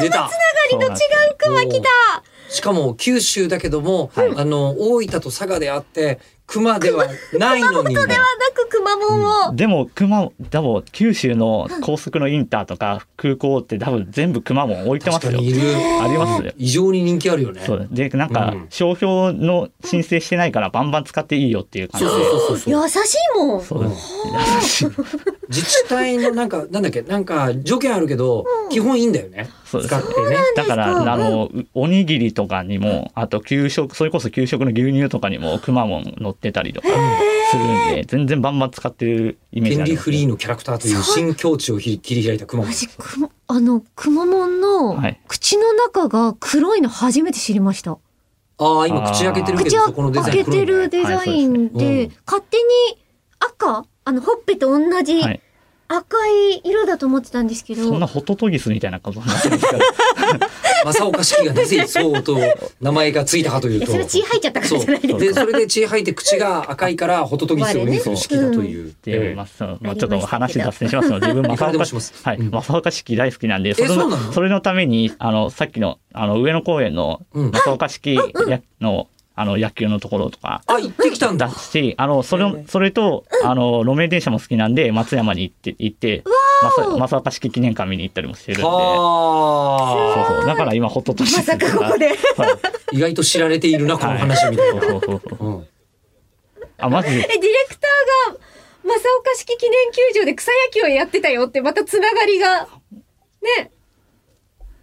Speaker 1: 出た。
Speaker 3: くまの違う
Speaker 2: クマ来た。
Speaker 1: しかも九州だけども、あの大分と佐賀であって熊ではないのに。
Speaker 2: なくくまモンを。
Speaker 3: でも熊でも九州の高速のインターとか空港って多分全部くまモン置いてま
Speaker 1: 確
Speaker 3: す
Speaker 1: か
Speaker 3: よ
Speaker 1: にいる。
Speaker 3: ありますよ
Speaker 1: 異常に人気あるよね。
Speaker 3: そうでなんか
Speaker 1: うん
Speaker 3: 商標の申請してないからバンバン使っていいよっていう感じ
Speaker 1: そう
Speaker 3: で
Speaker 1: そうそうそう。
Speaker 2: 優しいもん。
Speaker 3: そうです
Speaker 1: 自治体のなんか、なんだっけ、なんか条件あるけど、基本いいんだよね。
Speaker 3: そうです
Speaker 1: 使ってね。
Speaker 3: だからあのおにぎりとかにもあと給食それこそ給食の牛乳とかにもくまモン乗ってたりとかするんで全然バンバン使ってるイメージ
Speaker 1: 権
Speaker 3: あり
Speaker 1: 利
Speaker 3: ます
Speaker 1: フ
Speaker 3: ね
Speaker 1: リーのキャラクターという新境地をひ切り開いた熊本。
Speaker 2: 私くまあのくまモンの
Speaker 3: はい
Speaker 2: 口の中が黒いの初めて知りました、
Speaker 1: ああ、今口開けてるけ
Speaker 2: 口
Speaker 1: ど、
Speaker 2: は
Speaker 1: そこのデザ
Speaker 2: 開
Speaker 1: イン
Speaker 2: け
Speaker 1: 黒
Speaker 2: て
Speaker 1: い
Speaker 2: る
Speaker 1: ね。
Speaker 2: デザインで,、
Speaker 1: はいそうですね
Speaker 2: 勝手に赤あのほっぺと同じ
Speaker 3: はい
Speaker 2: 赤い色だと思ってたんですけど、
Speaker 3: そんなホトトギスみたいなことになってるんですか
Speaker 1: 正岡式がなぜそうと名前がついたかとい
Speaker 2: え
Speaker 1: うと。
Speaker 2: それ血入っちゃったから
Speaker 1: そ。
Speaker 2: じゃないうで
Speaker 1: で、それで血吐いて口が赤いから、ホトトギスをね、
Speaker 3: 我ね
Speaker 1: 式だという。
Speaker 3: って思い
Speaker 1: え
Speaker 3: ます。まあ
Speaker 2: りましたけ
Speaker 3: ちょ
Speaker 2: ど
Speaker 3: っと話脱線しますので、自分
Speaker 1: いくら
Speaker 3: 正
Speaker 1: でも
Speaker 3: 岡
Speaker 1: します
Speaker 3: はい、
Speaker 1: うん
Speaker 3: 正岡式大好きなんで、れ
Speaker 1: そうなの
Speaker 3: それのためにあのさっきのあの上野公園の
Speaker 1: うん
Speaker 3: 正岡式やのあの野球のところとか。
Speaker 1: えあ、行ってきたん
Speaker 3: だ
Speaker 1: だ。
Speaker 3: し、あの、それを、それと、あの、路面電車も好きなんで、松山に行って、行って、まさ、正岡式記念館見に行ったりもしてるんで。そ
Speaker 1: は
Speaker 3: うそう。だから今、ホットと
Speaker 2: まさかここで
Speaker 3: はい
Speaker 1: あ。意外と知られているな、この話みたい
Speaker 3: そう
Speaker 1: な。
Speaker 3: そうそうそう。
Speaker 1: うん
Speaker 3: あ、マジ
Speaker 2: え
Speaker 3: で
Speaker 2: ディレクターが正岡式記念球場で草野球をやってたよってまたつながりがね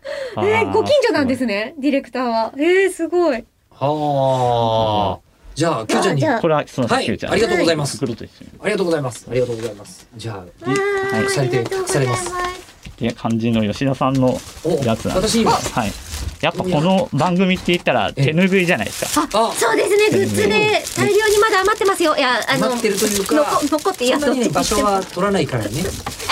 Speaker 2: え
Speaker 3: あー
Speaker 2: ご近所なんですねディレクターはえー、すごい
Speaker 1: はあ。じゃあ、きょうちゃんに。
Speaker 2: じゃあ
Speaker 1: あ
Speaker 3: これは、その、
Speaker 1: はい
Speaker 3: キューちゃん
Speaker 1: ありがとうございます
Speaker 3: 袋と一緒に。
Speaker 1: りがとうございます。ありがとうございます。じゃあ、
Speaker 3: ではい
Speaker 1: されて隠されます
Speaker 3: っていう感じの吉田さんの
Speaker 1: お
Speaker 3: やつなんです。
Speaker 1: 私今
Speaker 3: はい。やっぱこの番組って言ったら手拭いじゃないですか。
Speaker 1: あ
Speaker 2: そうですね、グッズで大量にまだ余ってますよ。いや、あの、
Speaker 1: 余ってるというか
Speaker 2: 残残ってい
Speaker 1: そ
Speaker 2: や
Speaker 1: んなにね
Speaker 2: ど
Speaker 1: 場
Speaker 2: っちにして
Speaker 1: 所
Speaker 2: も
Speaker 1: は取らないからね。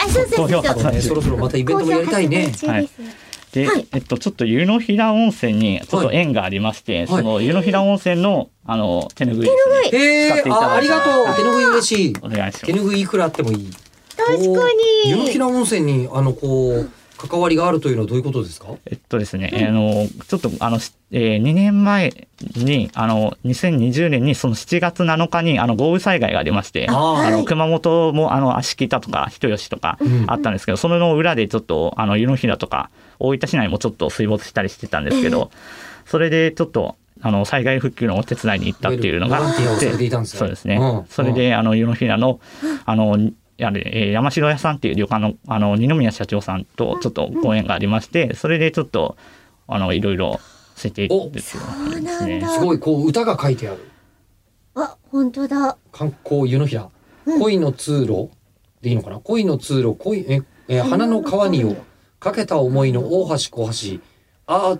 Speaker 2: あ、そうそうそう
Speaker 3: 投票
Speaker 2: そう。
Speaker 3: 発
Speaker 1: ねそろそろまたイベントもやりたいね。
Speaker 2: 好評発売中です
Speaker 3: で、
Speaker 2: はい
Speaker 3: えっと、ちょっと湯の平温泉にちょっと縁がありまして、その湯の平温泉の、あの、手拭いですね。
Speaker 1: へ
Speaker 3: 使っ
Speaker 1: え
Speaker 3: ていただいて
Speaker 1: あ、ありがとう。手拭い嬉しい。
Speaker 3: お願いし
Speaker 1: 手
Speaker 3: ます。
Speaker 1: 拭いいくらあってもいい。
Speaker 2: 確かに
Speaker 1: 湯の平温泉に、あの、こう、関わりがあるというのはどういうことですか
Speaker 3: えっとですね、あの、ちょっと、あの、しえー、2年前に、あの、2020年に、その7月7日に、あの、豪雨災害がありまして、
Speaker 1: あー
Speaker 3: あ
Speaker 2: は
Speaker 3: の、
Speaker 2: い
Speaker 3: 熊本も、あの、足北とか、人吉とか
Speaker 1: ん、
Speaker 3: あったんですけど、それの裏で、ちょっと、あの、湯の平とか、大分市内もちょっと水没したりしてたんですけど、それで、ちょっと、あの、災害復旧のお手伝いに行ったっていうのが
Speaker 1: ボ
Speaker 3: あ
Speaker 1: ラン
Speaker 3: っ
Speaker 1: ティアをさ
Speaker 3: て
Speaker 1: れていたんですね
Speaker 3: そうですね。
Speaker 1: うん
Speaker 3: それで、あの、湯の平の、あの、あれえー山城屋さんっていう旅館のあの二宮社長さんとちょっとご縁がありまして、それでちょっとあのいろいろせてい
Speaker 1: お
Speaker 3: ですよ
Speaker 2: そうなんだ
Speaker 3: ね
Speaker 1: すごい、こう、歌が書いてある。
Speaker 2: あ、本当だ。
Speaker 1: 観光湯の平、恋の通路でいいのかな恋の通路恋ええー花の川にをかけた思いの大橋小橋あー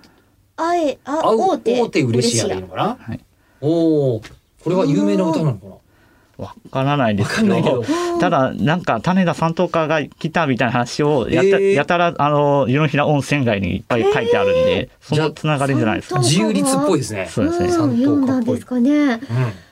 Speaker 2: あえ、あ、
Speaker 1: あう
Speaker 2: 大手。
Speaker 1: 大手嬉しいやでいいのかな、
Speaker 3: はい
Speaker 1: おおこれは有名な歌なのかな
Speaker 3: わからないで
Speaker 1: わ
Speaker 3: す
Speaker 1: か
Speaker 3: け
Speaker 1: ん
Speaker 3: ど
Speaker 1: ないけど
Speaker 3: ただなんか種田三等家が来たみたいな話をやた,、
Speaker 1: えー
Speaker 3: やたらあの湯の平温泉街にいっぱい書いてあるんで、そのつながりじゃないですか
Speaker 2: じ。
Speaker 1: 自由律っぽいですね
Speaker 3: そうですね
Speaker 2: うん、読んだん
Speaker 1: 三等かっこいい
Speaker 2: ですかね。
Speaker 1: うん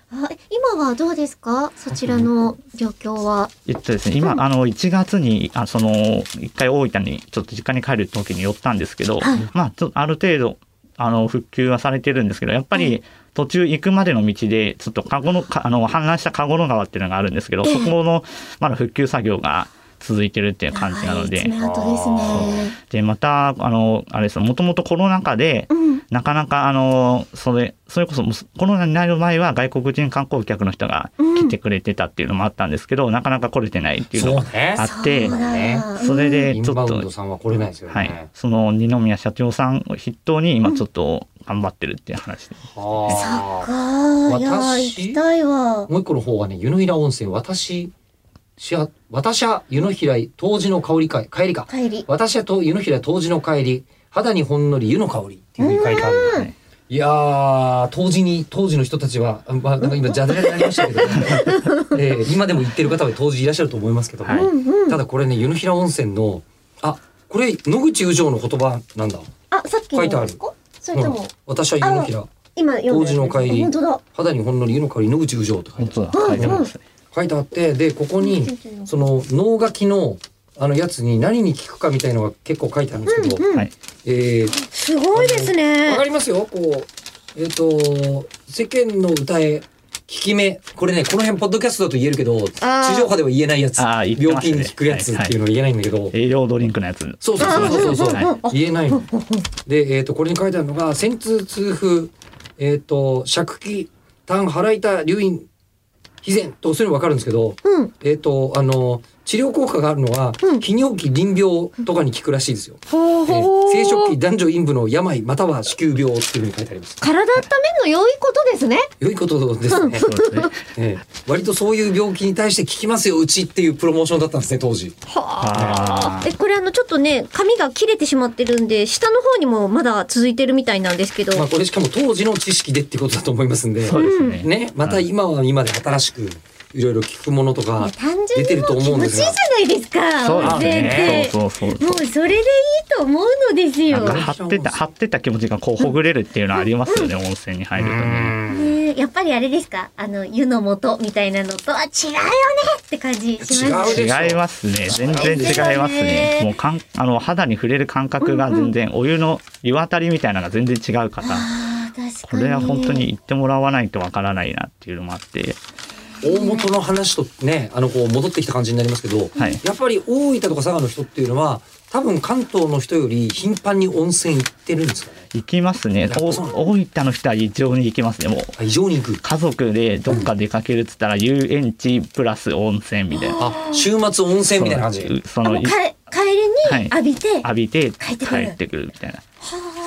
Speaker 2: あえ今はどうですかそちらの状況は。
Speaker 3: えっとですね、今、あの、1月に、あその、一回大分に、ちょっと実家に帰る時に寄ったんですけど、
Speaker 2: はい
Speaker 3: まあ、ちょっとある程度、あの、復旧はされてるんですけど、やっぱり、途中行くまでの道で、ちょっと、かごの、かあの、氾濫したかごの川っていうのがあるんですけど、
Speaker 2: ええ
Speaker 3: そこの、まだ復旧作業が続いてるっていう感じなの
Speaker 2: は
Speaker 3: で
Speaker 2: い、爪痕ですね。
Speaker 3: で、また、あの、あれですもともとコロナ禍で、
Speaker 2: うん。
Speaker 3: なかなかあのそれそれこそもうコロナになる前は外国人観光客の人が来てくれてたっていうのもあったんですけど、なかなか来れてないっていうの
Speaker 1: そ
Speaker 3: が
Speaker 1: うね
Speaker 3: あって
Speaker 2: そうだ
Speaker 1: ね
Speaker 3: それで
Speaker 1: イン
Speaker 3: ちょっ
Speaker 1: バウン
Speaker 3: と
Speaker 1: ドさんは来れないですよね、
Speaker 3: はい、その二宮社長さんを筆頭に今ちょっと頑張ってるっていう話で、
Speaker 1: はあ
Speaker 2: ああ、いやー、行
Speaker 1: 私
Speaker 2: きたい
Speaker 1: も
Speaker 2: わ。
Speaker 1: う一個の方はね湯の平温泉私しは私は湯の平当時の香り会帰りか
Speaker 2: 帰り。
Speaker 1: 私はと湯の平当時の帰り肌にほんのり湯の香りっていうふうに書いてあるんだよねいやー当時に当時の人たちは、あまあ、なんか今ジャズになりましたけど、 えー今でも行ってる方は当時いらっしゃると思いますけども、
Speaker 3: はい
Speaker 2: うんうん。
Speaker 1: ただこれね湯の平温泉のあこれ野口宇城の言葉なんだ
Speaker 2: あ、さっきの
Speaker 1: 書いてある
Speaker 2: ですかそれとも、
Speaker 1: 私は湯の平
Speaker 2: 今読んだ
Speaker 1: 当
Speaker 2: やつ
Speaker 1: 時の帰り
Speaker 2: 本当だ。
Speaker 1: 肌にほんのり湯の香り野口宇城って書い
Speaker 3: 本
Speaker 1: てある
Speaker 3: 当だ書いてありますね、
Speaker 1: 書いてあってでここにその能書きのあのやつに何に効くかみたいのが結構書いてあるんですけど、
Speaker 2: うんうん。
Speaker 3: はい、
Speaker 1: えー
Speaker 2: すごいですね。
Speaker 1: わかりますよ。こう、えっ、と、世間の歌へ、聞き目。これね、この辺、ポッドキャストだと言えるけど、地
Speaker 2: ー
Speaker 1: 上波では言えないやつ。
Speaker 3: あー言って
Speaker 1: 病
Speaker 3: ました
Speaker 1: 気
Speaker 3: ね
Speaker 1: に効くやつっていうのは言えないんだけど。
Speaker 3: 栄養ドリンクのやつ
Speaker 1: そうそうそうそうそう。
Speaker 3: あーはい
Speaker 1: 言えないの。で、えっ、と、これに書いてあるのが、戦通痛風、えっ、と、尺気、痰、腹痛、流飲、肥前と、そういうの分かるんですけど、
Speaker 2: うん。
Speaker 1: えっ、と、あの、治療効果があるのは、
Speaker 2: うん
Speaker 1: 泌尿器、淋病とかに効くらしいですよ。
Speaker 2: ほう
Speaker 1: え
Speaker 2: ほう。
Speaker 1: 生殖器、男女陰部の病、または子宮病っていうふうに書いてあります。
Speaker 2: 体温めるの良いことですね。
Speaker 1: 良いことですね。
Speaker 3: そうですね
Speaker 1: ええ、割とそういう病気に対して効きますようちっていうプロモーションだったんですね当時。
Speaker 2: はあ
Speaker 3: は。あ
Speaker 2: え、これあの、ちょっとね、髪が切れてしまってるんで、下の方にもまだ続いてるみたいなんですけど。
Speaker 1: まあこれしかも当時の知識でってことだと思いますんで。
Speaker 3: そうですね,、
Speaker 1: ねまた今は今で新しくいろいろ聞くものとか
Speaker 2: 単
Speaker 1: 出て
Speaker 2: 純
Speaker 1: る
Speaker 2: にも
Speaker 1: と
Speaker 2: う気
Speaker 1: 思うん
Speaker 2: 持
Speaker 1: で
Speaker 2: ちいい
Speaker 1: す
Speaker 2: じ
Speaker 1: が。
Speaker 2: ゃないですか。
Speaker 3: そうですね
Speaker 2: 全
Speaker 3: そうそうそう
Speaker 2: 然もうそれでいいと思うのです
Speaker 3: な
Speaker 2: よ。
Speaker 3: んか張ってた張ってた気持ちがこうほぐれるっていうのはありますよね、温泉に入るとね
Speaker 1: うん
Speaker 2: ねえやっぱりあれですかあの、湯の元みたいなのとは違うよねって感じします
Speaker 1: 違
Speaker 2: ね。
Speaker 1: うで
Speaker 3: 違いますね。全然違いますね。もうかん、あの肌に触れる感覚が全然、お湯の湯あたりみたいなのが全然違う方。
Speaker 2: ああ、確かに。
Speaker 3: これは本当に行ってもらわないとわからないなっていうのもあって、
Speaker 1: 大元の話とねあのこう戻ってきた感じになりますけど、
Speaker 3: はい
Speaker 1: やっぱり大分とか佐賀の人っていうのは多分関東の人より頻繁に温泉行ってるんですかね。
Speaker 3: 行きますね。お大分の人は異常に行きますね。もう
Speaker 1: あ異常に行く。
Speaker 3: 家族でどっか出かけるっつったら遊園地プラス温泉みたいな。
Speaker 1: あ週末温泉みたいな感じ。
Speaker 3: そうそ
Speaker 2: あも
Speaker 3: の
Speaker 2: うかえ帰り
Speaker 3: は
Speaker 2: に浴
Speaker 3: い
Speaker 2: びて、
Speaker 3: 浴びて
Speaker 2: 帰
Speaker 3: 帰
Speaker 2: ってくる
Speaker 3: ってくるみたいな。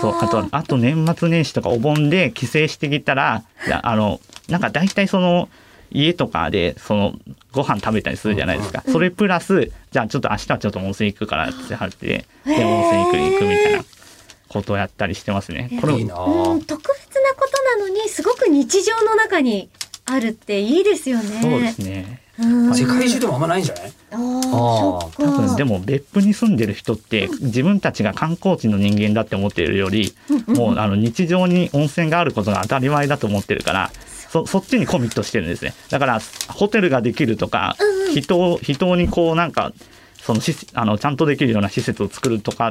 Speaker 3: そうあとあと年末年始とかお盆で帰省してきたらいやあのなんか大体その家とかでそのご飯食べたりするじゃないですか、それプラスじゃあちょっと明日はちょっと温泉行くからって言って
Speaker 2: へー
Speaker 3: で温泉行く行くみたいなことをやったりしてますねこれ
Speaker 1: いいなあ。
Speaker 2: うん、特別なことなのにすごく日常の中にあるっていいですよね。
Speaker 3: そうですね
Speaker 2: うん
Speaker 1: 世界中でもあんまないんじゃない？
Speaker 2: あーそっか
Speaker 3: 多分でも別府に住んでる人って自分たちが観光地の人間だって思ってるよりもうあの日常に温泉があることが当たり前だと思ってるからそそっちにコミットしてるんですねだからホテルができるとか人を人にこうなんかそのしあのちゃんとできるような施設を作るとか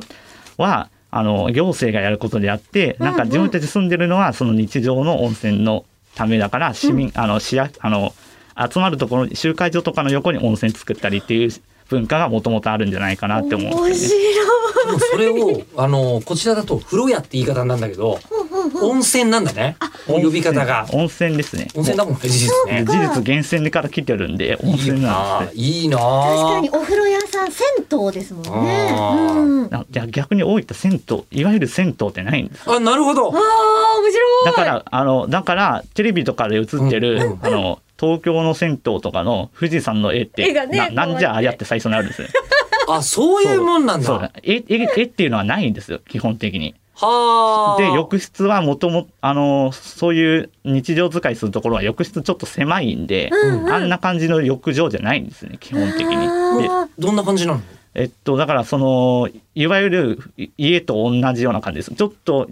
Speaker 3: はあの行政がやることであってなんか自分たち住んでるのはその日常の温泉のためだから市民あの市役あの集まるところ集会所とかの横に温泉作ったりっていう文化がもともとあるんじゃないかなって思うん
Speaker 2: 面
Speaker 3: ですよ
Speaker 2: 白
Speaker 3: ね。
Speaker 2: い。
Speaker 1: でもそれを、あの、こちらだと風呂屋って言い方なんだけど、温泉なんだね。呼び方が。
Speaker 3: 温泉ですね。
Speaker 1: 温泉だもんね、事実
Speaker 3: で
Speaker 1: ね。
Speaker 3: 事実源泉から来てるんで温
Speaker 1: いい
Speaker 3: 泉なん
Speaker 1: な
Speaker 3: ですね。
Speaker 1: いいな
Speaker 2: 確かにお風呂屋さん銭湯ですもんね。
Speaker 1: あー
Speaker 2: うん、あ
Speaker 3: なじゃあ逆に大分銭湯いわゆる銭湯ってないんです。
Speaker 1: あ、なるほど。
Speaker 2: あ面白い。
Speaker 3: だからあのだからテレビとかで映ってる、
Speaker 1: うんうん
Speaker 3: あの東京の銭湯とかの富士山の絵っ
Speaker 2: 絵
Speaker 3: て
Speaker 2: がね
Speaker 3: ななんじゃあやって最初になるんですよ。
Speaker 1: あ、そういうもんなん
Speaker 3: そ
Speaker 1: だ
Speaker 3: う。絵絵絵っていうのはないんですよ基本的に。
Speaker 1: はあ。
Speaker 3: で浴室はもともあのそういう日常使いするところは浴室ちょっと狭いんで、
Speaker 2: うんうん
Speaker 3: あんな感じの浴場じゃないんですね基本的に。で
Speaker 2: あー
Speaker 1: どんな感じなの
Speaker 3: えっとだからそのいわゆるい家と同じような感じです。ちょっと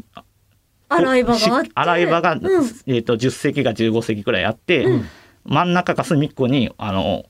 Speaker 2: 洗い場があって
Speaker 3: し洗い場が、
Speaker 2: うん
Speaker 3: えっと10席が15席くらいあって、真ん中か隅っこにあの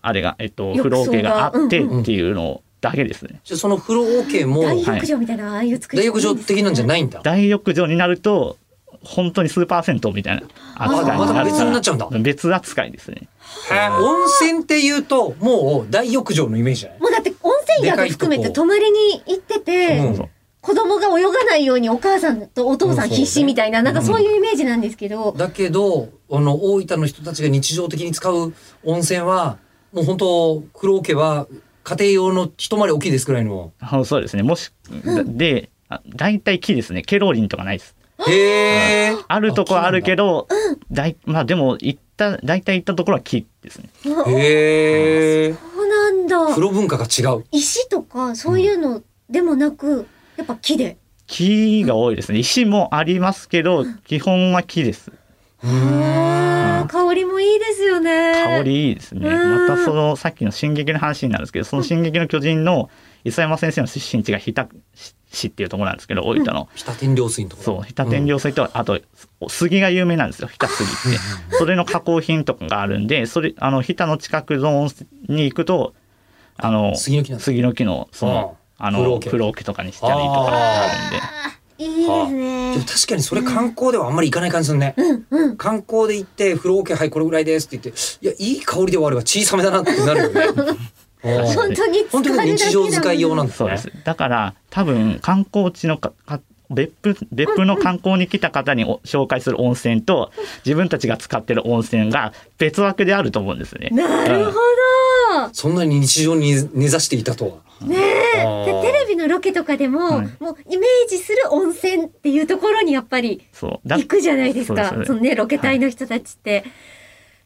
Speaker 3: あれがえっと風
Speaker 2: 浴槽が
Speaker 3: 呂桶があって
Speaker 2: うん
Speaker 1: うん
Speaker 3: っていうのだけですね。
Speaker 1: じゃあその風呂桶も
Speaker 2: 大浴場みたいなああいう作り
Speaker 1: 大浴場的なんじゃないんだ。
Speaker 3: 大浴場になると本当に数パーセントみたいな扱いにな
Speaker 1: あまた
Speaker 3: る
Speaker 1: 別
Speaker 3: か
Speaker 1: になっちゃうんだ
Speaker 3: ら別扱いですね。
Speaker 1: へえ温泉っていうともう大浴場のイメージじゃない
Speaker 2: もうだって温泉宿含めて
Speaker 1: でかいと
Speaker 2: 泊まりに行ってて、
Speaker 1: うん
Speaker 3: そうそう
Speaker 2: 子供が泳がないようにお母さんとお父さ
Speaker 1: う
Speaker 2: ん
Speaker 1: ん
Speaker 2: 必死みたいな、なんかそういうイメージなんですけど、
Speaker 1: だけどあの大分の人たちが日常的に使う温泉はもう本当黒桶は家庭用の一回り大きいですくらいの。
Speaker 3: あそうですね。もし、で、あ大体木ですね。ケロリンとかないです。
Speaker 1: へえ。
Speaker 3: あるとこはあるけど、だいまあでも、行った、大体行ったところは木ですね。
Speaker 2: あ
Speaker 1: 木なんだ。へえ。
Speaker 2: そうな
Speaker 1: 風
Speaker 2: んだ。
Speaker 1: 呂文化が違う。
Speaker 2: 石とかそういうのでもなく、やっぱ木で。
Speaker 3: 木が多いですね。石もありますけど、基本は木です。
Speaker 2: あー香りもいいですよね。
Speaker 3: 香。りいいですね。
Speaker 2: うん
Speaker 3: またその、さっきの進撃の話になるんですけど、その進撃の巨人の磯山先生の出身地が日田市っていうところなんですけど、大分の。
Speaker 1: 北天領水のところ。
Speaker 3: そう、日田天領水と、あと、杉が有名なんですよ、日田杉って。それの加工品とかがあるんで、それ、あの、日田の近くの温泉に行くと、あの、
Speaker 1: 杉の木なんだ
Speaker 3: 杉の木の、その、あ
Speaker 1: 風呂
Speaker 3: の、
Speaker 1: 桶
Speaker 3: 風呂桶とかにしたりとかあるんで。
Speaker 2: いいですね
Speaker 1: でも。確かにそれ観光ではあんまり行かない感じするね。
Speaker 2: うんうん。
Speaker 1: 観光で行って風呂桶はいこれぐらいですって言っていやいい香りではあれば小さめだなってなるよね。う ん
Speaker 3: 確か
Speaker 2: 本当に
Speaker 1: 本
Speaker 2: 疲れ
Speaker 1: 当
Speaker 2: だけ
Speaker 1: に
Speaker 2: だ
Speaker 1: 日常使い用なんです
Speaker 3: そう
Speaker 1: ね。
Speaker 3: です。だから、多分、観光地のか、か別府、別府の観光に来た方にお紹介する温泉と、自分たちが使ってる温泉が別枠であると思うんですね。
Speaker 2: なるほど。
Speaker 1: そんなに日常に根ざしていたとは。
Speaker 2: ねえ。
Speaker 1: あー
Speaker 2: でテレビのロケとかでも、
Speaker 3: はい
Speaker 2: もうイメージする温泉っていうところにやっぱり
Speaker 3: そう。だ
Speaker 2: 行くじゃないですか。
Speaker 3: そ
Speaker 2: そう
Speaker 3: です
Speaker 2: のね、ロケ隊の人たちって。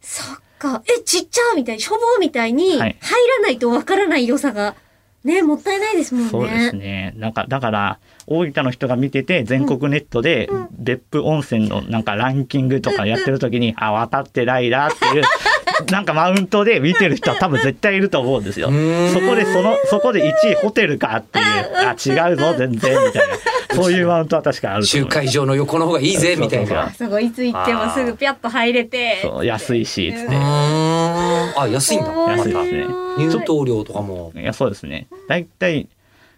Speaker 2: そっか。え、ちっちゃみたいに、しょぼみたいに、
Speaker 3: は
Speaker 2: 入
Speaker 3: い
Speaker 2: らないとわからない良さが、ね、もったいないですもんね。
Speaker 3: そうですね。なんか、だから、大分の人が見てて、全国ネットで、別府温泉のなんかランキングとかやってる時に、あ、渡ってないなっていう、 なんかマウントで見てる人は多分絶対いると思うんですよ。
Speaker 1: う
Speaker 3: そ
Speaker 1: ーん
Speaker 3: こでその、そこで1位ホテルかっていう、あ、違うぞ、全然、みた いな。そういうマウントは確かあると
Speaker 1: 集
Speaker 3: 思う。
Speaker 1: 会場の横の方がいいぜみたいな。う
Speaker 3: そう
Speaker 2: すごい、いつ行ってもすぐピャッと入れて。
Speaker 3: そう、安いし、つっ
Speaker 1: ー
Speaker 3: て。
Speaker 1: んあ安いんだ。ま
Speaker 2: 面
Speaker 1: た
Speaker 3: 安い
Speaker 2: 白
Speaker 3: ですね
Speaker 1: 入
Speaker 2: ちょっと。
Speaker 1: 湯料とかも。
Speaker 3: いや、そうですね。だいたい、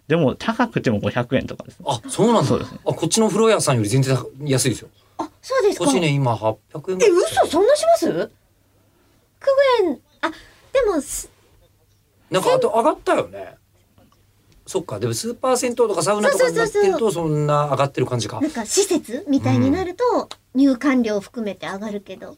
Speaker 3: でも高くても500円とかです。
Speaker 1: あそうなんだ。
Speaker 3: そうですね
Speaker 1: あこっちの風呂屋さんより全然高安いですよ。
Speaker 2: あ、そうです
Speaker 1: こ
Speaker 2: か。
Speaker 1: っちね今800円ぐら
Speaker 2: え、
Speaker 1: い。
Speaker 2: 嘘そんなします ?9 円、あ、でも、す
Speaker 1: なんかあと上がったよね。そっかでもスーパー銭湯とかサウナとかになってるとそんな上がってる感じか
Speaker 2: なん。か施設みたいになると、入館料含めて上がるけど。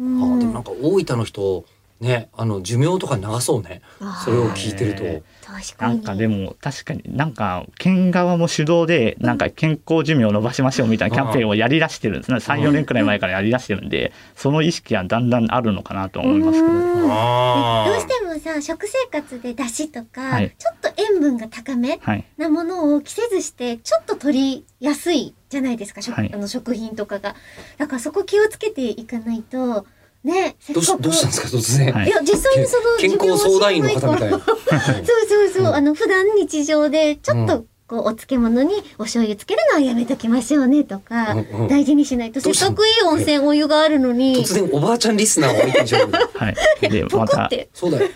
Speaker 2: うん
Speaker 1: あでもなんか大分の人ねあの寿命とか長そうね
Speaker 2: あー
Speaker 1: それを聞いてると、
Speaker 3: ね
Speaker 2: 確か
Speaker 3: な
Speaker 2: に。
Speaker 3: んかでも確かになんか県側も主導でなんか健康寿命を伸ばしましょうみたいなキャンペーンをやりだしてるんですね34年くらい前からやりだしてるんでその意識はだんだんあるのかなと思いますけど
Speaker 2: うん
Speaker 1: あ
Speaker 2: どう
Speaker 1: ー
Speaker 2: してもさ食生活で出汁とか、
Speaker 3: はい
Speaker 2: ちょっと塩分が高め
Speaker 3: はい
Speaker 2: なものを着せずしてちょっと取りやすいじゃないですか食,、
Speaker 3: はい
Speaker 2: あの食品とかがだからそこ気をつけていかないとねせっ
Speaker 1: どう
Speaker 2: か
Speaker 1: し
Speaker 2: く
Speaker 1: どうしたんですか突然、
Speaker 3: はい
Speaker 2: いや実際にその
Speaker 1: 健康相談員の方みたい
Speaker 2: 自分を知ら
Speaker 1: な
Speaker 2: なからそうそうそう、
Speaker 1: うん
Speaker 2: あの普段日常でちょっ
Speaker 1: う
Speaker 2: とこうお漬物にお醤油つけるのはやめときましょうねとか、
Speaker 1: うんうん
Speaker 2: 大事にしないと
Speaker 1: ど
Speaker 2: せ
Speaker 1: う
Speaker 2: っ
Speaker 1: した
Speaker 2: か
Speaker 1: の
Speaker 2: くいい温泉お湯があるのに
Speaker 1: 突然おばあちゃんリスナーを相手にしよう
Speaker 3: はいで
Speaker 2: ポ
Speaker 3: ま
Speaker 2: コったて
Speaker 1: そうだよ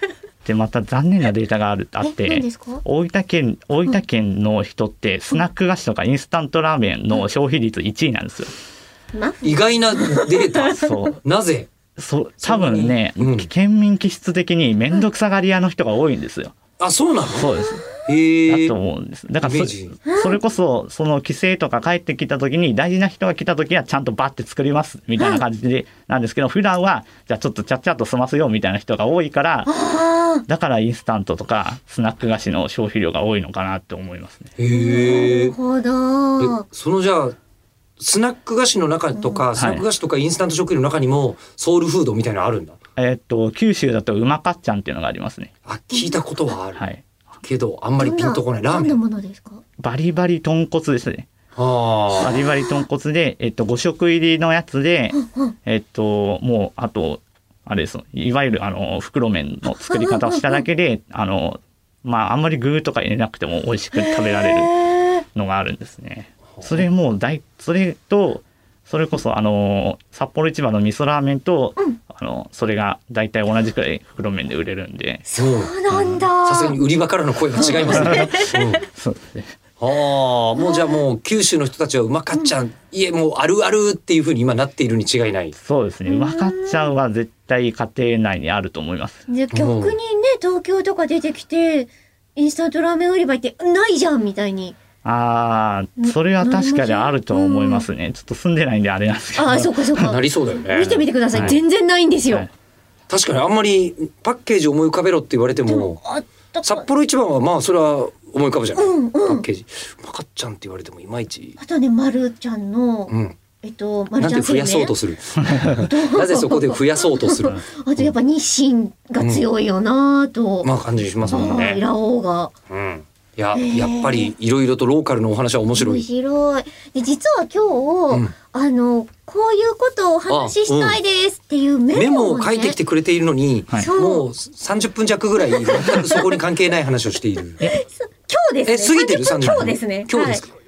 Speaker 3: でまた残念なデータがあるあっ
Speaker 2: え何で
Speaker 3: て
Speaker 2: すか
Speaker 3: 大分県大分県の人ってスナック菓子とかインスタントラーメンの消費率1位なんですよ
Speaker 2: マフ
Speaker 1: 意外なデータ
Speaker 3: そう
Speaker 1: なぜ
Speaker 3: そう多分ね
Speaker 1: そうねうん
Speaker 3: 県民気質的に面倒くさがり屋の人が多いんですよ
Speaker 1: あそうなの
Speaker 3: そうです
Speaker 1: へえ
Speaker 3: だと思うんです。だから
Speaker 1: イメ
Speaker 3: そ
Speaker 1: ージ
Speaker 3: それこそその帰省とか帰ってきた時に大事な人が来た時はちゃんとバッて作りますみたいな感じでなんですけど普段はじゃあちょっとちゃっちゃっと済ますよみたいな人が多いから
Speaker 2: あ
Speaker 3: だからインスタントとかスナック菓子の消費量が多いのかなって思いますね。
Speaker 2: ーな
Speaker 1: へ
Speaker 2: る
Speaker 1: え
Speaker 2: ほど
Speaker 1: そのじゃあスナック菓子の中とか、
Speaker 3: い
Speaker 1: スナック菓子とかインスタント食品の中にもソウルフードみたいなのあるんだ
Speaker 3: えーっと九州だとうまかっちゃんっていうのがありますね。
Speaker 1: あ聞いたことはある、
Speaker 3: はい。
Speaker 1: けどあんまりピンとこないラーメ
Speaker 2: どん
Speaker 1: ン。
Speaker 2: なものですか
Speaker 3: バリバリ豚骨ですね。
Speaker 1: あ
Speaker 3: バリバリ豚骨で、えっと、5食入りのやつで、えっと、もう、あと、あれです。いわゆる、あの、袋麺の作り方をしただけで、あの、まあ、あんまり具とか入れなくても美味しく食べられる
Speaker 2: へー
Speaker 3: のがあるんですね。それもう大、それと、それこそ、あの、札幌市場の味噌ラーメンと、あの、それが大体同じくらい袋麺で売れるん
Speaker 1: あ。
Speaker 3: で、
Speaker 1: うん
Speaker 2: そうなんだ。
Speaker 1: さすがに売り場からの声が違いますね。うん
Speaker 3: そうですね。
Speaker 1: ああ、もうじゃあもう九州の人たちはうまかっちゃん、いえもうあるあるっていうふうに今なっているに違いない。
Speaker 3: そうですね。うまかっちゃんは絶対家庭内にあると思います。
Speaker 2: で逆にね、東京とか出てきて、インスタントラーメン売り場行って、ないじゃんみたいに。
Speaker 3: ああ、
Speaker 2: な
Speaker 3: それは確かにあると思いますね。ちょっと住んでないんであれなんですけど。
Speaker 2: ああ、そうかそうか
Speaker 1: な。りそうだよね。
Speaker 2: 見てみてください。
Speaker 3: はい
Speaker 2: 全然ないんですよ。
Speaker 3: はい
Speaker 1: 確かにあんまりパッケージ思い浮かべろって言われて
Speaker 2: で
Speaker 1: も
Speaker 2: も、あった
Speaker 1: 札
Speaker 2: か。
Speaker 1: 幌一番はまあそれは思い浮かぶじゃない。
Speaker 2: うんうん
Speaker 1: パッケージ。うまかっちゃんって言われてもいまいち。
Speaker 2: あとね、まるちゃんの、
Speaker 1: うん。
Speaker 2: えっと、ま
Speaker 1: な
Speaker 2: る
Speaker 1: ん
Speaker 2: ちゃ
Speaker 1: で増
Speaker 2: ん製
Speaker 1: やそう
Speaker 2: 麺
Speaker 1: と。す る。なぜそこで増やそうとする。
Speaker 2: あとやっぱ日清が強いよなぁと。
Speaker 1: まあ感じしますもん
Speaker 2: はい
Speaker 1: ね。
Speaker 2: ラオウが。
Speaker 1: うん。いや、やっぱりいろいろとローカルのお話は面白
Speaker 2: 面
Speaker 1: い。
Speaker 2: 白い。で、実は今日、
Speaker 1: うん
Speaker 2: あの、こういうことをお話ししたいですっていうメ
Speaker 1: メ
Speaker 2: モ
Speaker 1: モ
Speaker 2: を、ね
Speaker 1: を書いてきてくれているのに、
Speaker 3: はい
Speaker 2: そう
Speaker 1: もう30分弱ぐらい全くそこに関係ない話をしている。
Speaker 2: 今日
Speaker 1: え、
Speaker 2: です
Speaker 1: 過
Speaker 2: ね。
Speaker 1: ぎてる
Speaker 2: 30
Speaker 1: 30
Speaker 2: 分
Speaker 1: 分。
Speaker 2: 今日ですね。
Speaker 1: 今日ですか。
Speaker 2: はい、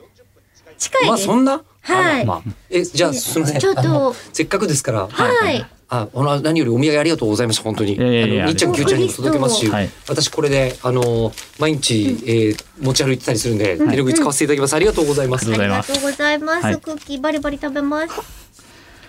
Speaker 2: 近いです。
Speaker 1: まあそんな。
Speaker 2: はい
Speaker 1: あらまあえ、じゃあすみません。
Speaker 2: ちょっと
Speaker 1: あのせっかくですから。
Speaker 2: はい。
Speaker 1: あ、あの何よりお土産ありがとうございました本当に。
Speaker 3: いやいやいや
Speaker 1: あの兄ちゃん
Speaker 3: あり
Speaker 1: キューちゃ
Speaker 2: とう
Speaker 3: が
Speaker 1: んにも届けますし、
Speaker 3: はい
Speaker 1: 私これであの毎日、えー持ち歩いてたりするんで、手ぬぐい使わせていただきます。ありがとうございます
Speaker 3: あ。り
Speaker 2: あ
Speaker 3: が
Speaker 2: り
Speaker 3: とうござい
Speaker 2: が
Speaker 3: ま
Speaker 2: とうございま
Speaker 3: す
Speaker 2: す。
Speaker 3: はい
Speaker 2: クッキーバリバリ食べます。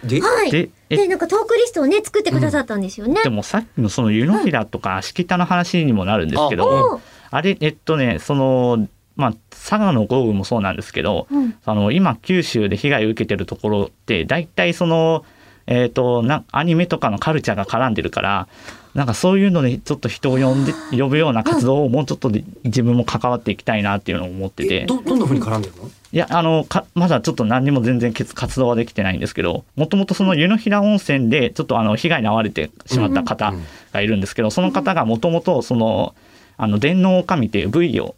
Speaker 1: で、
Speaker 2: はい。で
Speaker 3: で、え
Speaker 2: なんかトークリストをね、作ってくださったんですよね。
Speaker 3: でもさっきのその湯の平とか敷田の話にもなるんですけ
Speaker 1: あ
Speaker 3: ど、
Speaker 2: おう
Speaker 3: あれ、えっとね、その、まあ、佐賀の豪雨もそうなんですけど、
Speaker 2: うん
Speaker 3: あの今九州で被害を受けてるところって大体その、えー、となアニメとかのカルチャーが絡んでるからなんかそういうのでちょっと人を呼んで呼ぶような活動をもうちょっとで自分も関わっていきたいなっていうのを思って
Speaker 1: え
Speaker 3: て
Speaker 1: どどんな風に絡んでるの？
Speaker 3: いやあのかまだちょっと何にも全然けつ活動はできてないんですけどもともとその湯の平温泉でちょっとあの被害に遭われてしまった方がいるんですけどその方がもともとそのあの電脳女将っていう V を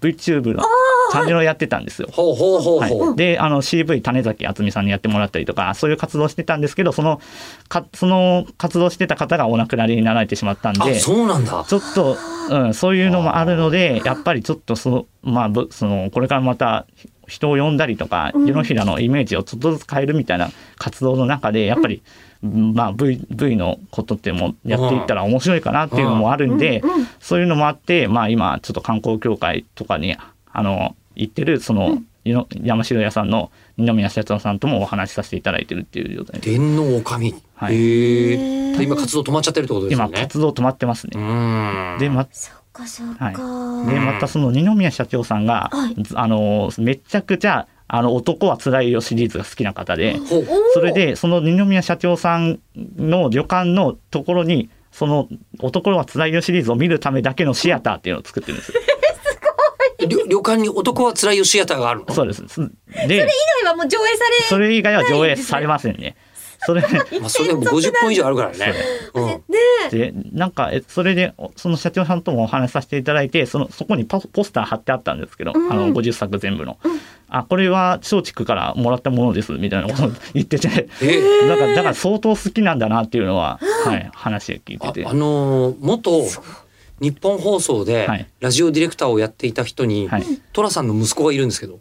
Speaker 3: VTube のチャンネルをやってたんですよ。
Speaker 1: ほうほうほう
Speaker 3: はい
Speaker 1: ほう。
Speaker 3: であの CV 種崎敦美さんにやってもらったりとかそういう活動してたんですけどそのかその活動してた方がお亡くなりになられてしまったん
Speaker 1: あ、
Speaker 3: でち
Speaker 1: そ
Speaker 3: ょ
Speaker 1: うなんだ。
Speaker 3: っと、うん、そういうのもあるのでやっぱりちょっとその、まあ、ぶそのこれからまたひ人を呼んだりとか
Speaker 2: ん
Speaker 3: 世の平のイメージをちょっとずつ変えるみたいな活動の中でやっぱり、まあ、v, v のことってもやっていったら面白いかなっていうのもあるんで、
Speaker 2: うんうん
Speaker 3: そういうのもあって、まあ、今ちょっと観光協会とかにあの行ってるその、の山城屋さんの二宮社長さんともお話しさせていただいてるっていう状態で
Speaker 1: 電脳女将。
Speaker 3: はい
Speaker 1: へ
Speaker 2: へー
Speaker 1: え。今活動止まっちゃってるってことですよ
Speaker 3: 今
Speaker 1: ね。
Speaker 3: 活動止まってます
Speaker 1: う
Speaker 3: ね。
Speaker 1: ーん。
Speaker 3: でま
Speaker 2: そっかそっか。
Speaker 3: はい
Speaker 1: ん
Speaker 3: でまたその二宮社長さんが、
Speaker 2: はい
Speaker 3: あのめちゃくちゃ「あの男はつらいよ」シリーズが好きな方で。
Speaker 1: ほう。
Speaker 2: お
Speaker 3: それでその二宮社長さんの旅館のところにその「男はつらいよ」シリーズを見るためだけのシアターっていうのを作ってるんですよ。
Speaker 1: 旅旅館に男は辛いよシアターがあるの。
Speaker 3: そうです。で
Speaker 2: 以外はもう上映さ
Speaker 3: それ以外は上映されませんね。それ
Speaker 1: まあそれでも50本以上あるからね。うん。
Speaker 3: でなんかえそれでおその社長さんともお話しさせていただいてそのそこにパポスター貼ってあったんですけど、あの50作全部の、あこれは松竹からもらったものですみたいなことを言ってて
Speaker 1: え。
Speaker 3: だからだから相当好きなんだなっていうのは、はい、話を聞い
Speaker 1: あ
Speaker 3: てて
Speaker 1: あのー元日本放送で
Speaker 3: はい
Speaker 1: ラジオディレクターをやっていた人に、
Speaker 3: はい
Speaker 1: 寅さんの息子がいるんですけど、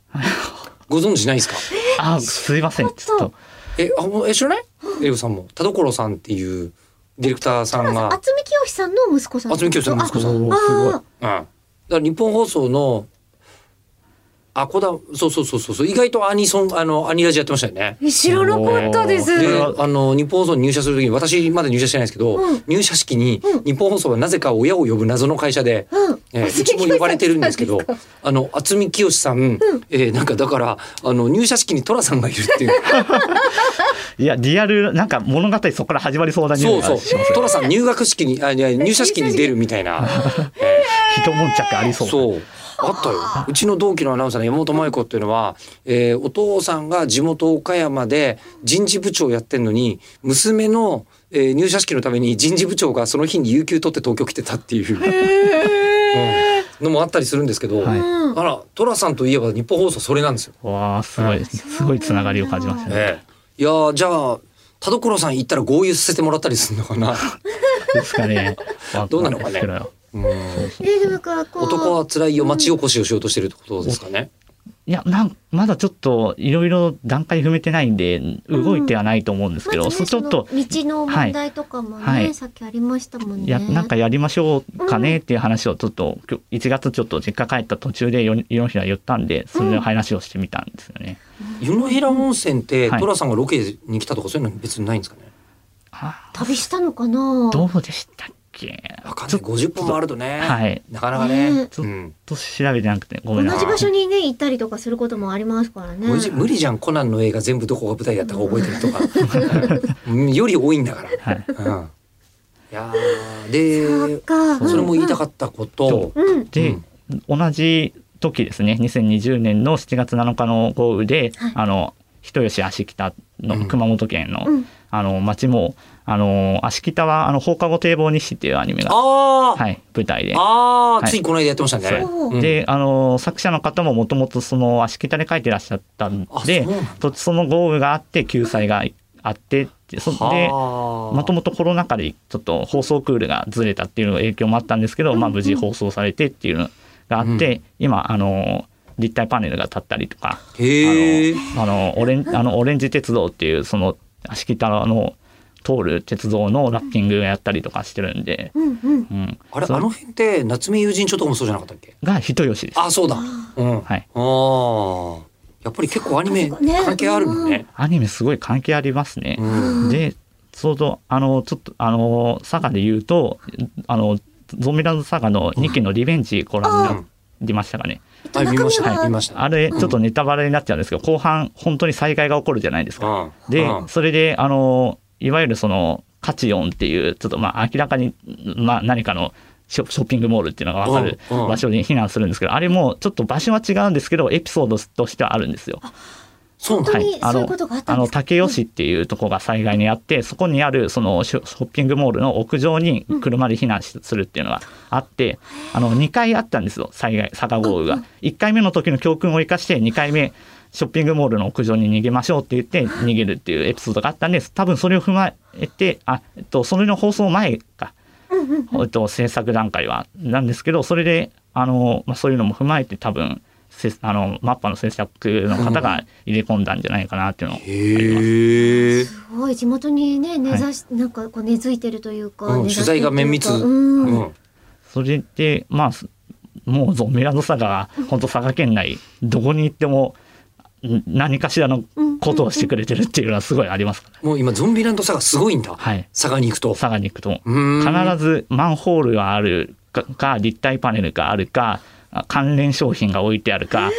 Speaker 1: ご存知ないですか
Speaker 3: あすいませんちょっと
Speaker 1: えあもうえ知らないエルさんも田所さんっていうディレクターさん
Speaker 2: れ、
Speaker 1: が、
Speaker 2: 渥美清さんの息子さん。
Speaker 1: 渥美清さんの息子さん
Speaker 2: ああー
Speaker 1: うん、だから日本放送のあこだそうそうそうそうそう意外とアニソンあのアニラジやってましたよね。
Speaker 2: え知らなかったです。
Speaker 3: うん
Speaker 1: で
Speaker 3: おー
Speaker 2: え
Speaker 1: あの日本放送に入社するときに私まだ入社してないんですけど、
Speaker 2: うん
Speaker 1: 入社式に
Speaker 2: うん
Speaker 1: 日本放送はなぜか親を呼ぶ謎の会社で、
Speaker 2: うん
Speaker 1: えーうちも呼ばれてるんですけど
Speaker 2: そうです
Speaker 1: あの渥美清さん、えーなんかだからあの入社式に寅さんがいるっていう
Speaker 3: いやリアルなんか物語そこから始まりそうな匂
Speaker 1: そ
Speaker 3: いうがし
Speaker 1: そ
Speaker 3: ます
Speaker 1: う
Speaker 3: よ
Speaker 1: 寅さん入学式にあいや入社式に出るみたいな、え
Speaker 3: 一悶着あり
Speaker 1: ー
Speaker 3: そう
Speaker 1: そうあったようちの同期のアナウンサーの山本舞子っていうのは、えーお父さんが地元岡山で人事部長やってんのに娘の、えー入社式のために人事部長がその日に有給取って東京来てたっていう。うんのもあったりするんですけど、
Speaker 3: はい
Speaker 2: うん
Speaker 1: あら寅さんといえば日本放送それなんですよ。
Speaker 3: わあすごいすごいつながりを感じましたね。
Speaker 1: ええ、いやーじゃあ田所さん行ったら合流させてもらったりするのかな。
Speaker 3: ですかね。
Speaker 1: どうなのかね
Speaker 3: わあ
Speaker 1: うん
Speaker 2: えでもなんかこう
Speaker 1: 男は辛いよ町おこしをしようとしてるってことですかね。
Speaker 3: いやなんまだちょっといろいろ段階踏めてないんで動いてはないと思うんですけど、
Speaker 2: まず
Speaker 3: そ
Speaker 2: ね
Speaker 3: うちょっと
Speaker 2: その道の問題とかもね、
Speaker 3: はいはい
Speaker 2: さっきありましたもんね。
Speaker 3: やなんかやりましょうかねっていう話をちょっと今日1月ちょっと実家帰った途中でよいろんな言ったんでそれの話をしてみたんですよね。
Speaker 1: 湯の平温泉って
Speaker 3: はい
Speaker 1: 寅さんがロケに来たとかそういうの別にないんですかね。
Speaker 3: あ
Speaker 2: 旅したのかな。
Speaker 3: どうでしたっけ
Speaker 1: わかん
Speaker 3: ち
Speaker 1: な
Speaker 3: ょ
Speaker 1: い
Speaker 3: っ
Speaker 1: 50本もあるとね、
Speaker 3: はい
Speaker 1: なかなかね
Speaker 2: ね、
Speaker 3: ちょ
Speaker 1: うん、
Speaker 3: と調べてなくてご
Speaker 2: 同
Speaker 3: めんなさい。
Speaker 2: じ場所にね行ったりとかすることもありますからね。
Speaker 1: 無理無理じゃんコナンの映画全部どこが舞台だったか覚えてるとか、 うんより多いんだか
Speaker 3: はい、
Speaker 1: ら。うん、いやー
Speaker 2: そ
Speaker 1: で
Speaker 2: っか。
Speaker 1: それも言いた
Speaker 2: っ
Speaker 1: かったこと、
Speaker 2: た。うん。
Speaker 3: で、同じ時ですね2020年の7月7日の豪雨で、
Speaker 2: はい
Speaker 3: あの人吉芦北
Speaker 1: うん
Speaker 3: の熊本県の,、
Speaker 2: うん
Speaker 3: あの町もあの芦北はあの放課後堤防日誌っていうアニメが、
Speaker 1: あー、
Speaker 3: はい、舞台で。
Speaker 1: あー
Speaker 3: はい
Speaker 1: ついこの間やってましたね。
Speaker 2: そう
Speaker 1: うん
Speaker 3: であの作者の方ももともとその芦北で書いてらっしゃったん
Speaker 1: あ
Speaker 3: で
Speaker 1: そうなんだ
Speaker 3: とその豪雨があって救済があってってそで
Speaker 1: はあ
Speaker 3: もともとコロナ禍でちょっと放送クールがずれたっていう影響もあったんですけど、まあ、無事放送されてっていうのがあって、今あの立体パネルが立ったりとかあ
Speaker 1: へえ。
Speaker 3: のあのオレンあのオレンジ鉄道っていうその芦北の通る鉄道のラッピングをやったりとかしてるんで、
Speaker 2: うんうん。
Speaker 3: うん、
Speaker 1: あれ
Speaker 3: そ
Speaker 1: あの辺って夏目友人帳とかもそうじゃなかったっけ？
Speaker 3: が人吉です。
Speaker 1: あそうだ。うん。
Speaker 3: は
Speaker 1: あ
Speaker 3: い、
Speaker 1: あやっぱり結構アニメ
Speaker 2: そうかそうかね
Speaker 1: 関係あるもんね。
Speaker 3: アニメすごい関係ありますね。
Speaker 1: うん。
Speaker 3: で相当あのちょっとあの佐賀で言うとあのゾンビランド佐賀の2期のリベンジご覧になりましたかね。
Speaker 2: えっと
Speaker 1: あ見まし
Speaker 2: 中身
Speaker 1: た
Speaker 2: は
Speaker 1: 見ました。
Speaker 3: あれ、ちょっとネタバレになっちゃうんですけど、後半、本当に災害が起こるじゃないですか。
Speaker 1: うん
Speaker 3: で
Speaker 1: う、ん
Speaker 3: それで、あの、いわゆるその、カチオンっていう、ちょっとまあ明らかに、まあ何かのショショッピングモールっていうのがわかる
Speaker 1: うんうん
Speaker 3: 場所に避難するんですけど、あれもちょっと場所は違うんですけど、エピソードとしてはあるんですよ。
Speaker 1: そうなんだ
Speaker 2: 本当
Speaker 3: は
Speaker 2: に
Speaker 3: い。あ
Speaker 2: そういう
Speaker 3: の
Speaker 2: ことがあっ、た
Speaker 3: あ
Speaker 2: んで
Speaker 3: の
Speaker 2: すか
Speaker 3: 竹吉っていうとこが災害にあって、そこにあるそのショショッピングモールの屋上に車で避難しするっていうのがあって、あの2回あったんですよ、災害、佐賀豪雨が。1回目の時の教訓を生かして、2回目、ショッピングモールの屋上に逃げましょうって言って逃げるっていうエピソードがあったんです。多分それを踏まえて、あ、えっと、それの放送前か。えっと、制作段階はなんですけどそれであの、まあ、そういうのも踏まえて多分せあのマッパの制作の方が入れ込んだんじゃないかなっていうのを
Speaker 1: へえ。
Speaker 2: すごい地元にね根ざし、なんかこう根付いてるというか、
Speaker 1: うん
Speaker 2: 根ざし
Speaker 1: 取材が綿密
Speaker 2: というか
Speaker 1: う
Speaker 2: うん。
Speaker 1: ん。
Speaker 3: それでまあすもうゾンビランド佐賀が本当佐賀県内どこに行ってもん何かしらのことをしてくれてるっていうのはすごいありますから、ね
Speaker 1: もう今ゾンビランド佐賀すごいんだ。
Speaker 3: はい
Speaker 1: 佐賀に行くと。
Speaker 3: 佐賀に行くと
Speaker 1: うん
Speaker 3: 必ずマンホールがあるかか立体パネルがあるかあ関連商品が置いてあるかっ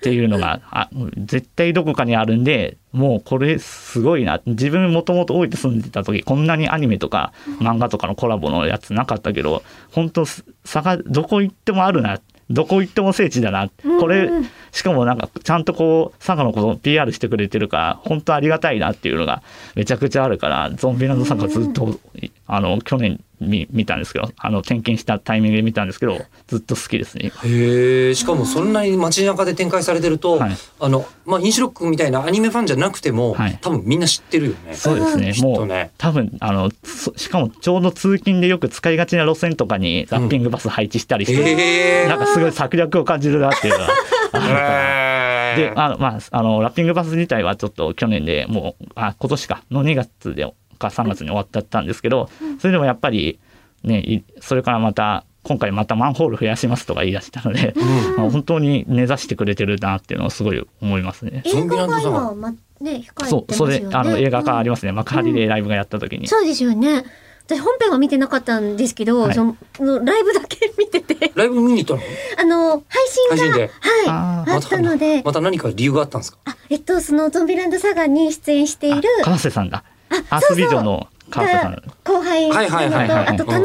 Speaker 3: ていうのがあ絶対どこかにあるんでもうこれすごいな自分もともと大分住んでた時こんなにアニメとか漫画とかのコラボのやつなかったけど本当佐賀どこ行ってもあるなどこ行っても聖地だなこれしかもなんかちゃんとこう佐賀のことを PR してくれてるから本当ありがたいなっていうのがめちゃくちゃあるからゾンビランド佐賀ずっとあの去年見見たんですけどあの転勤したタイミングで見たんですけどずっと好きですね。
Speaker 1: へえ。しかもそんなに街中で展開されてると、
Speaker 3: はい
Speaker 1: あのまあインシロックみたいなアニメファンじゃなくても、
Speaker 3: はい
Speaker 1: 多分みんな知ってるよね。
Speaker 3: そうですね、
Speaker 1: きっ
Speaker 3: も
Speaker 1: と
Speaker 3: う、
Speaker 1: ね
Speaker 3: 多分あのそしかもちょうど通勤でよく使いがちな路線とかにラッピングバス配置したりして、
Speaker 1: へえ
Speaker 3: なん。かすごい策略を感じるなっていうのはあるから。
Speaker 1: へー
Speaker 3: であのまあ、あのラッピングバス自体はちょっと去年でもうあ今年かの2月でか3月に終わっちゃったんですけどそれでもやっぱり、ね、いそれからまた今回またマンホール増やしますとか言い出したので、まあ本当に根ざしてくれてるなっていうのをすごい思いますね。
Speaker 1: ゾ
Speaker 2: 映
Speaker 1: ンビラ
Speaker 2: 画
Speaker 1: ンド
Speaker 2: が
Speaker 1: 佐賀
Speaker 2: 今まね控えてますよ
Speaker 3: そ
Speaker 2: ね。
Speaker 3: うそれあの映画化あり
Speaker 2: ま
Speaker 3: ますね、幕張でライブがやった時に、
Speaker 2: そうですよね。私本編は見てなかったんですけど、
Speaker 3: はい
Speaker 2: そのそのライブだけ見てて、
Speaker 1: ライブ見に行ったの？
Speaker 2: あの配信が
Speaker 1: 配信で
Speaker 3: あ
Speaker 2: はい
Speaker 3: ー
Speaker 2: あったので、
Speaker 1: また何か理由があったんですか？
Speaker 2: あえっとそのゾンビランドサガに出演している
Speaker 3: あ川瀬さんだアースビジョンの川瀬さん
Speaker 2: 後輩なのと、
Speaker 1: はいはい
Speaker 3: はいはい
Speaker 2: あと田野あさみちゃん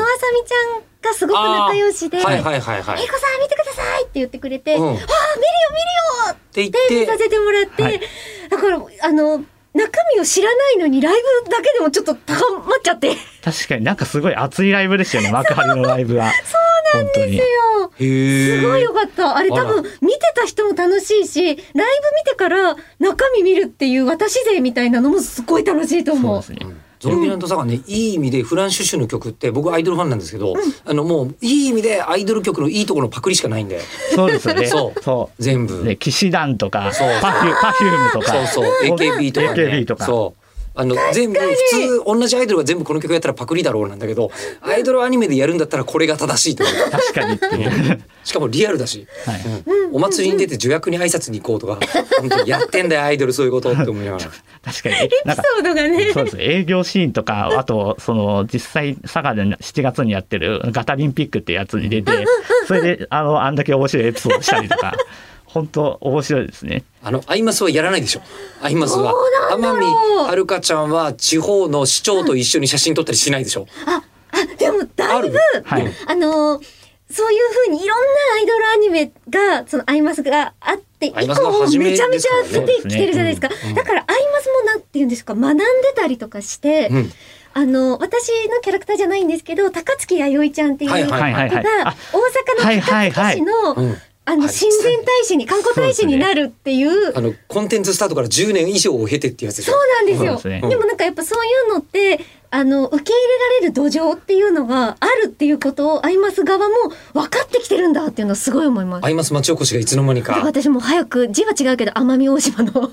Speaker 2: がすごく仲良しで、
Speaker 1: はいはいはいはい。
Speaker 2: 英子さん見てくださいって言ってくれて、
Speaker 1: うん
Speaker 2: ああ見るよ見るよ
Speaker 1: って言っ
Speaker 2: で
Speaker 1: て
Speaker 2: 見させてもらって、
Speaker 3: はい
Speaker 2: だからあの中身を知らないのにライブだけでもちょっと高まっちゃって
Speaker 3: 確かになんかすごい熱いライブでしたよね幕張のライブは本当に。
Speaker 1: へえ。
Speaker 2: すごいよかった。あれ
Speaker 1: あら
Speaker 2: 多分見てた人も楽しいし、ライブ見てから中身見るっていう私勢みたいなのもすごい楽しいと
Speaker 3: そう
Speaker 2: 思
Speaker 3: で
Speaker 2: う。
Speaker 3: すね。
Speaker 1: ゾンビランドさんはね、いい意味でフランシュシュの曲って僕アイドルファンなんですけど、あのもういい意味でアイドル曲のいいところのパクリしかないんで
Speaker 3: そうですよね。
Speaker 1: そう
Speaker 3: そう。
Speaker 1: 全部、
Speaker 3: ね、騎士団とか、
Speaker 1: そう
Speaker 3: パフュパフュームとか。
Speaker 1: そうそう
Speaker 3: ほん
Speaker 1: AKB とか、ね、
Speaker 3: AKB とか
Speaker 1: そうあの全部普通同じアイドルが全部この曲やったらパクリだろうなんだけどアイドルアニメでやるんだったらこれが正しいと思う
Speaker 3: 確かにって いう。
Speaker 1: しかもリアルだし、
Speaker 3: はい
Speaker 1: うんお祭りに出て助役に挨拶に行こうとか本当にやってんだよアイドルそういうことって思いながら。
Speaker 3: 確かに。なんか、
Speaker 2: そうだがね。
Speaker 3: そうですね営業シーンとか、あと、その、実際、佐賀で7月にやってるガタリンピックってやつに出て、それで、あの、あんだけ面白いエピソードしたりと か、本当面白いですね。
Speaker 1: あのアイマスはやらないでしょ。アイマスは
Speaker 2: どう
Speaker 1: 天
Speaker 2: なんだ
Speaker 1: 海
Speaker 2: ろう
Speaker 1: 遥香ちゃんは地方の市長と一緒に写真撮ったりしないでしょ。
Speaker 2: あ、でもだいぶ、
Speaker 3: はい
Speaker 1: うん
Speaker 2: あのーそういう風にいろんなアイドルアニメが、そのアイマスがあって、以
Speaker 1: アイマスが
Speaker 2: 降
Speaker 1: 初め
Speaker 2: めちゃめちゃ
Speaker 1: です
Speaker 2: 出
Speaker 1: からね
Speaker 2: てきてるじゃないですか。だからアイマスもなんて言うんですか、学んでたりとかして、
Speaker 1: うん
Speaker 2: あの、私のキャラクターじゃないんですけど、高槻弥生ちゃんっていう
Speaker 1: はい
Speaker 2: 子が、
Speaker 1: は
Speaker 3: はいはいはい。あ
Speaker 2: 大阪の高槻市の、
Speaker 1: はいはいはいうん
Speaker 2: あ
Speaker 1: は
Speaker 2: の、
Speaker 1: い
Speaker 2: 親善大使に、観光大使になるっていう、
Speaker 1: あのコンテンツスタートから10年以上を経てってやつでしょ。
Speaker 2: そうなんですよ。
Speaker 3: そう
Speaker 2: で
Speaker 3: で
Speaker 2: す
Speaker 3: ね
Speaker 2: もなんかやっぱそういうのって、あの、受け入れられる土壌っていうのがあるっていうことを、アイマス側も分かってきてるんだっていうのはすごい思います。
Speaker 1: アイマス町おこしがいつの間にか。
Speaker 2: 私も早く、字は違うけど、奄美大島の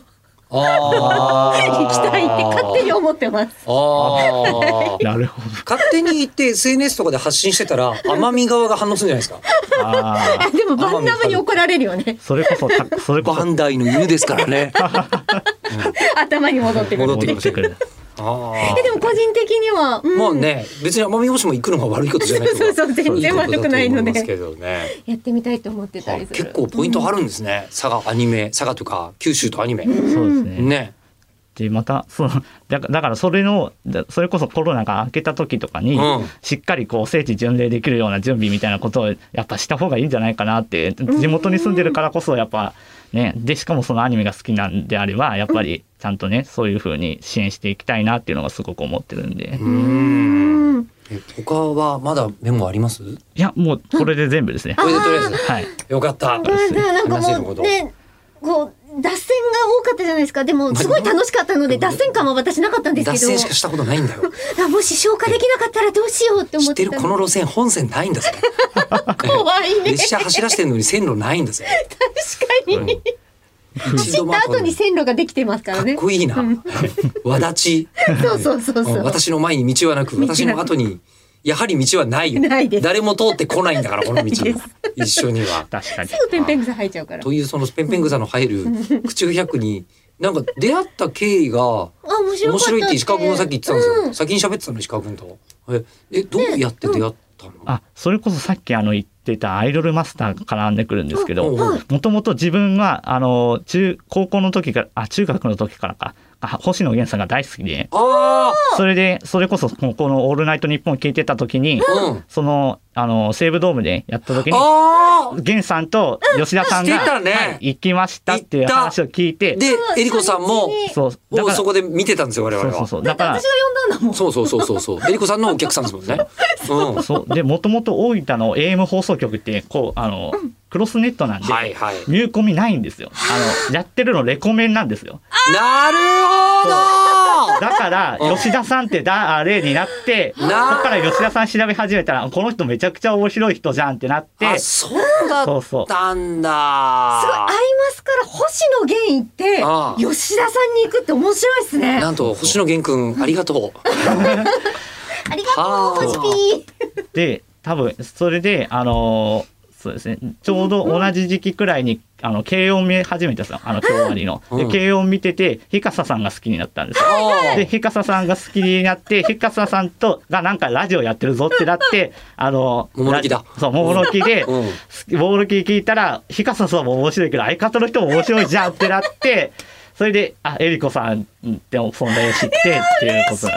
Speaker 1: あー
Speaker 2: 行きたいって勝手に思ってます。
Speaker 1: あー
Speaker 3: なるほど。
Speaker 1: 勝手に行って SNS とかで発信してたら奄美側が反応するんじゃないですか。
Speaker 3: ああ。
Speaker 2: あでも、バンナムに怒られるよね。
Speaker 3: それこそた、それこ
Speaker 1: バ
Speaker 3: そ、
Speaker 1: ンダイの犬ですからね。
Speaker 2: 頭に戻ってくる。
Speaker 1: 戻
Speaker 3: 戻ってくる。
Speaker 1: あ
Speaker 2: え、でも個人的には、うん
Speaker 1: あ。もうね別に奄美大島行くのが悪いことじゃないと
Speaker 2: そうそうそう全然悪くないの
Speaker 1: いいことだと思
Speaker 2: で
Speaker 1: いますけどね。
Speaker 2: やってみたいと思ってたりする。
Speaker 1: 結構ポイントあるんですね、佐賀アニメ佐賀とか九州とアニメ、
Speaker 3: そうですね。
Speaker 1: ね
Speaker 3: でまたそのだかだからそれのだそれこそコロナが明けた時とかに、
Speaker 1: うん
Speaker 3: しっかりこう聖地巡礼できるような準備みたいなことをやっぱした方がいいんじゃないかなって地元に住んでるからこそやっぱねでしかもそのアニメが好きなんであればやっぱりちゃんとねそういう風に支援していきたいなっていうのがすごく思ってるんで
Speaker 1: う
Speaker 2: うんん。
Speaker 1: え他はまだメモあります
Speaker 3: いやもうこれで全部ですね
Speaker 1: こ。れでとりあえず
Speaker 3: はい
Speaker 1: よかった
Speaker 2: まあだからなんか
Speaker 1: 話の
Speaker 2: も
Speaker 1: こ
Speaker 2: う
Speaker 1: と
Speaker 2: ね、こう、脱線が多かったじゃないですか。でも、すごい楽しかったので、脱線感は私なかったんです
Speaker 1: 脱
Speaker 2: けど
Speaker 1: 線しか、したことないんだよ
Speaker 2: あもし消化できなかったらどうしようって思
Speaker 1: 知
Speaker 2: っ
Speaker 1: って
Speaker 2: て
Speaker 1: る
Speaker 2: た
Speaker 1: この
Speaker 2: の。
Speaker 1: 路線本線ないん だぜ
Speaker 2: 怖いね。
Speaker 1: 列車走らせてるのに線路ないんだぜ
Speaker 2: 確かに。
Speaker 1: 一
Speaker 2: 走
Speaker 1: 度
Speaker 2: っ
Speaker 1: も
Speaker 2: た後に線路ができてますか
Speaker 1: からっ
Speaker 2: ね。
Speaker 1: こいいな、わだち
Speaker 2: そうそうそうそう。
Speaker 1: 私の前に道はなく
Speaker 2: 道はなく
Speaker 1: 私の後にやはり道はないよ
Speaker 2: ないです
Speaker 1: 誰も通ってこないんだからこの道
Speaker 2: ないです
Speaker 1: 一緒には
Speaker 3: 確かに
Speaker 2: すぐペンペン草入っちゃうから。
Speaker 1: というそのスペンペングザの入る口不百になんか出会った経緯が
Speaker 2: あ、面白か
Speaker 1: 面
Speaker 2: った。
Speaker 1: 白いって石川君がさっき言ってたんですよ、
Speaker 2: うん
Speaker 1: 先に喋ってたの石川君とええどうやって出会ったの、
Speaker 3: あそれこそさっきあの言ってたアイドルマスター絡んでくるんですけど
Speaker 1: うんはい
Speaker 3: もともと自分はあの中高校の時からあ中学の時からかあ星野源さんが大好きで
Speaker 1: あ
Speaker 3: それでそれこそここの「オールナイトニッポン」聞いてた時に
Speaker 1: あうん
Speaker 3: そのあの西武ドームでやった時に
Speaker 1: あ
Speaker 3: 源さんと吉田さんが
Speaker 1: してたね
Speaker 3: はい行きましたっていう
Speaker 1: 行った
Speaker 3: 話を聞い
Speaker 1: あ
Speaker 3: て
Speaker 1: でえりこさんも
Speaker 3: そうだ
Speaker 1: も
Speaker 3: か
Speaker 1: う
Speaker 3: ら
Speaker 1: そこで見てたんですよ我々
Speaker 3: そう
Speaker 1: は
Speaker 3: そうそうだから
Speaker 2: 私が呼んだんだもん。
Speaker 1: そうそうそう そうそうえりこさんのお客さんですもんねうんは
Speaker 3: そうでもともと大分の AM 放送局ってこうあのクロスネットなんで
Speaker 1: いはい
Speaker 3: 入コミないんですよ。あの、やってるのレコメンなんですよ。
Speaker 1: なるほど
Speaker 3: だから、
Speaker 1: うん
Speaker 3: 吉田さんって誰になって、そこ
Speaker 1: なあ
Speaker 3: から吉田さん調べ始めたら、この人めちゃくちゃ面白い人じゃんってなって、
Speaker 1: あそうだ
Speaker 3: そう
Speaker 1: っ
Speaker 3: そう。
Speaker 1: たん
Speaker 2: すごい、アイ
Speaker 1: だ
Speaker 2: マスから星野
Speaker 1: あ
Speaker 2: 源行って、吉田さんに行くって面白いですね。
Speaker 1: なんと星野源くんありがとう
Speaker 2: ありがとう、星ピー。
Speaker 3: で、多分、それで、あのーそうですね、ちょうど同じ時期くらいに、あの、軽音見始めたんですよ。あの、京アニの。
Speaker 1: う
Speaker 3: で、
Speaker 1: ん
Speaker 3: 軽音見てて、ひかささんが好きになったんですよ。
Speaker 1: あ
Speaker 3: で、ひかささんが好きになって、ひかささんと、がなんかラジオやってるぞってなって、あの、
Speaker 1: ももろきだ
Speaker 3: ラそう、ももろきで、
Speaker 1: ーうん
Speaker 3: ボールキー聞いたら、ひかささんも面白いけど、相方の人も面白いじゃんってなって、それで、あ、えりこさんって存在を知ってっていうことなんですよ。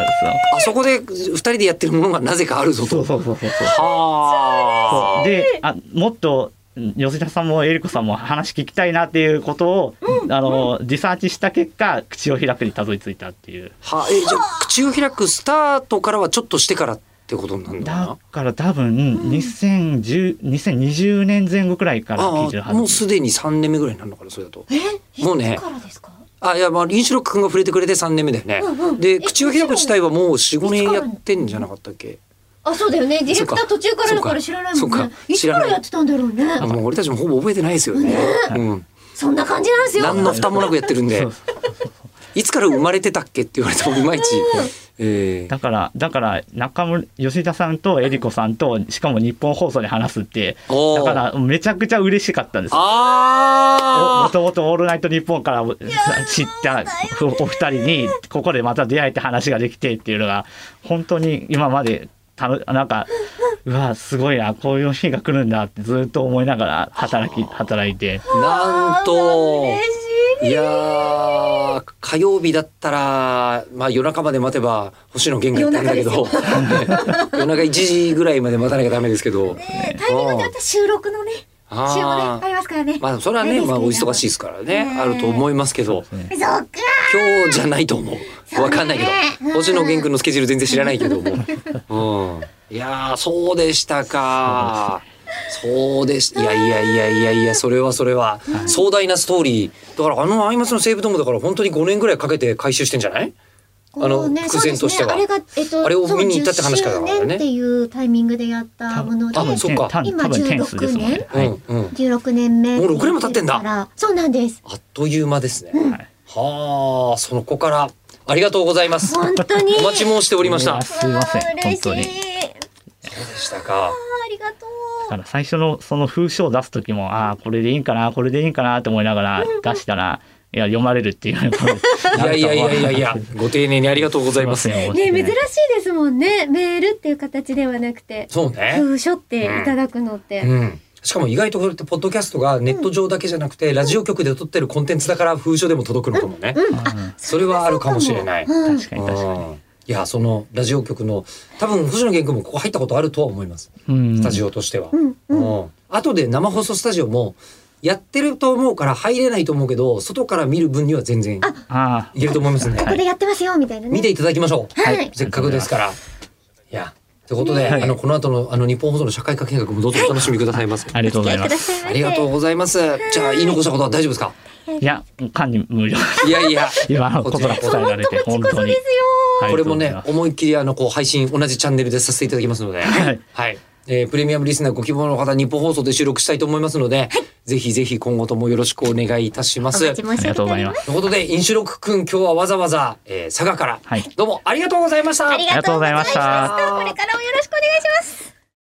Speaker 1: あそこで二人でやってるものがなぜかあるぞと
Speaker 3: そうそうそうそうそう。
Speaker 1: はあ。
Speaker 3: で、あ、もっと、吉田さんもえりこさんも話聞きたいなっていうことを、あの、リサーチした結果、口を開くにたどり着いたっていう。
Speaker 1: はえじゃあ口を開くスタートからはちょっとしてからってことになるのか
Speaker 3: だ
Speaker 1: な
Speaker 3: から多分2010 2020年前後くらいから
Speaker 1: あ
Speaker 3: 98
Speaker 1: あもうすでに3年目ぐらいになるのかなそれだと。
Speaker 2: え
Speaker 1: もうね
Speaker 2: いつからですか
Speaker 1: あいやまあ林志郎君が触れてくれて3年目だよね。
Speaker 2: うんうん
Speaker 1: で
Speaker 2: え
Speaker 1: 口を開く自体はもう45年
Speaker 2: いつか
Speaker 1: や
Speaker 2: ら
Speaker 1: ってんじゃなかったっけ
Speaker 2: あ、そうだよね。ディレクタ
Speaker 1: そうか
Speaker 2: ー途中からだから知らないもん
Speaker 1: そう
Speaker 2: ね
Speaker 1: か。
Speaker 2: いつか
Speaker 1: 知らな
Speaker 2: ら
Speaker 1: い
Speaker 2: やってたんだろうね。
Speaker 1: あもう俺たちもほぼ覚えてないですよね。うん、
Speaker 2: そんな感じなんですよ。
Speaker 1: 何の負担もなくやってるんで
Speaker 3: そう
Speaker 1: いつから生まれてたっけって言われてもいまいち。えー
Speaker 3: だからだから中村吉田さんとえりこさんとしかも日本放送で話すって
Speaker 1: お
Speaker 3: だ
Speaker 1: ー
Speaker 3: からめちゃくちゃ嬉しかったんですよも
Speaker 1: あ
Speaker 3: ともと「オールナイトニッポン」から知ったお二人にここでまた出会えて話ができてっていうのが本当に今までたのなんかうわすごいなこういう日が来るんだってずっと思いながら働き働いて
Speaker 1: あなんと
Speaker 2: 嬉
Speaker 1: い
Speaker 2: し
Speaker 1: やー火曜日だったら、まあ、夜中まで待てば星野源がやったんだけど 夜中1時ぐらいまで待たなきゃダメですけ ど、
Speaker 2: い。ねえタイミングでまた収録のね、
Speaker 1: あー
Speaker 2: 週もね、ありますからね。
Speaker 1: まあそれはね、まあ、お忙しい
Speaker 2: い。
Speaker 1: ですからね、
Speaker 2: ね
Speaker 1: あると思いますけど
Speaker 2: そっか
Speaker 1: 今日じゃないと思うわかんないけ
Speaker 2: そう
Speaker 1: ど
Speaker 2: ね
Speaker 1: 星野源君のスケジュール全然知らないけども、うん、いやーそうでしたかそうでしいやいやいやいやいやそれはそれは壮大なストーリーだからあの「アイマス」の西武ドームだから本当に5年ぐらいかけて回収してんじゃない
Speaker 2: こう
Speaker 1: あの
Speaker 2: ね
Speaker 1: 伏線としては
Speaker 2: そうですねあれが、えっと、
Speaker 1: あれを見に行ったって話からだ
Speaker 2: そう
Speaker 1: からね
Speaker 2: 10周年っていうタイミングでやったもので、
Speaker 1: 多分そうか
Speaker 3: 多分
Speaker 2: 今
Speaker 3: 多分テンスですもんね。
Speaker 1: う
Speaker 3: はい
Speaker 1: んうん、
Speaker 2: 16年目。
Speaker 1: もう六年も経ってんだ。
Speaker 2: そうなんです。
Speaker 1: あっという間ですね。
Speaker 3: はい
Speaker 1: はあその子からありがとうございます。
Speaker 2: 本当に。
Speaker 1: お待ち申しておりまし
Speaker 3: い
Speaker 1: た
Speaker 3: や。すいません
Speaker 2: わあ
Speaker 3: 本
Speaker 2: 嬉しい
Speaker 3: 当に。
Speaker 1: そうでしたか。
Speaker 2: ありがと
Speaker 3: だから最初のその封書を出す時もああこれでいいんかなこれでいいんかなと思いながら出したらいや読まれるっていう
Speaker 1: い やいやいやいやいや、ご丁寧にありがとうございます。
Speaker 3: すいません
Speaker 2: う。ね、珍しいですもんね。メールっていう形ではなくて、
Speaker 1: そうね。
Speaker 2: 封書っていただくのって。
Speaker 1: うん。しかも意外とこれってポッドキャストがネット上だけじゃなくて、ラジオ局で撮ってるコンテンツだから封書でも届くのかもね。
Speaker 3: うん確
Speaker 1: それはあるかもしれない。
Speaker 2: うん
Speaker 3: かに確か
Speaker 1: うんいやそのラジオ局の多分星野源君もここ入ったことあるとは思います。
Speaker 3: にうん
Speaker 1: スタジオとしては。
Speaker 2: うんうん
Speaker 1: うん後で生放送スタジオもやってると思うから入れないと思うけど、外から見る分には全然
Speaker 3: ああ
Speaker 1: いけると思いますね
Speaker 2: こ。こでやってますよみたいなね。
Speaker 1: 見ていただきましょう。
Speaker 2: はい
Speaker 1: せっかくですから。いや、ということで、
Speaker 3: はい
Speaker 1: あの、この後の、あの、日本放送の社会科見学もどうぞお楽しみくださいませ。
Speaker 3: ありがとう
Speaker 2: お
Speaker 3: ご
Speaker 2: 付き合い
Speaker 3: ざい
Speaker 2: く
Speaker 3: ま
Speaker 2: だ
Speaker 3: す
Speaker 2: さいませ。
Speaker 1: ありがとうございます。じゃあ、言い残したことは大丈夫ですか
Speaker 3: いや管理無料
Speaker 1: いやいや、
Speaker 3: 今のことが答えられて本
Speaker 2: こちこ
Speaker 3: 当
Speaker 2: そ
Speaker 3: に
Speaker 2: ですよ。
Speaker 3: あり
Speaker 1: これ
Speaker 3: がと
Speaker 1: も
Speaker 3: うござい
Speaker 1: ね
Speaker 3: ま、す
Speaker 1: 思いっきり、あの、こう、配信、同じチャンネルでさせていただきますので、
Speaker 3: はい
Speaker 1: はい。えープレミアムリスナーご希望の方、日本放送で収録したいと思いますので、ぜひぜひ今後ともよろしくお願いいたしま
Speaker 2: お
Speaker 1: す。と
Speaker 2: 待ち
Speaker 1: い
Speaker 2: 申し
Speaker 3: あり
Speaker 2: 上
Speaker 3: がとう
Speaker 2: げており
Speaker 3: ござい
Speaker 2: ま。
Speaker 3: ますす
Speaker 1: うことで、印象くん、今日はわざわざ、えー佐賀から、
Speaker 3: はい
Speaker 1: どうもありがとうございました。
Speaker 2: ありがとうございまし
Speaker 3: ありがとうござい
Speaker 2: た。
Speaker 3: ま
Speaker 1: した
Speaker 2: これからもよろしくお願いします。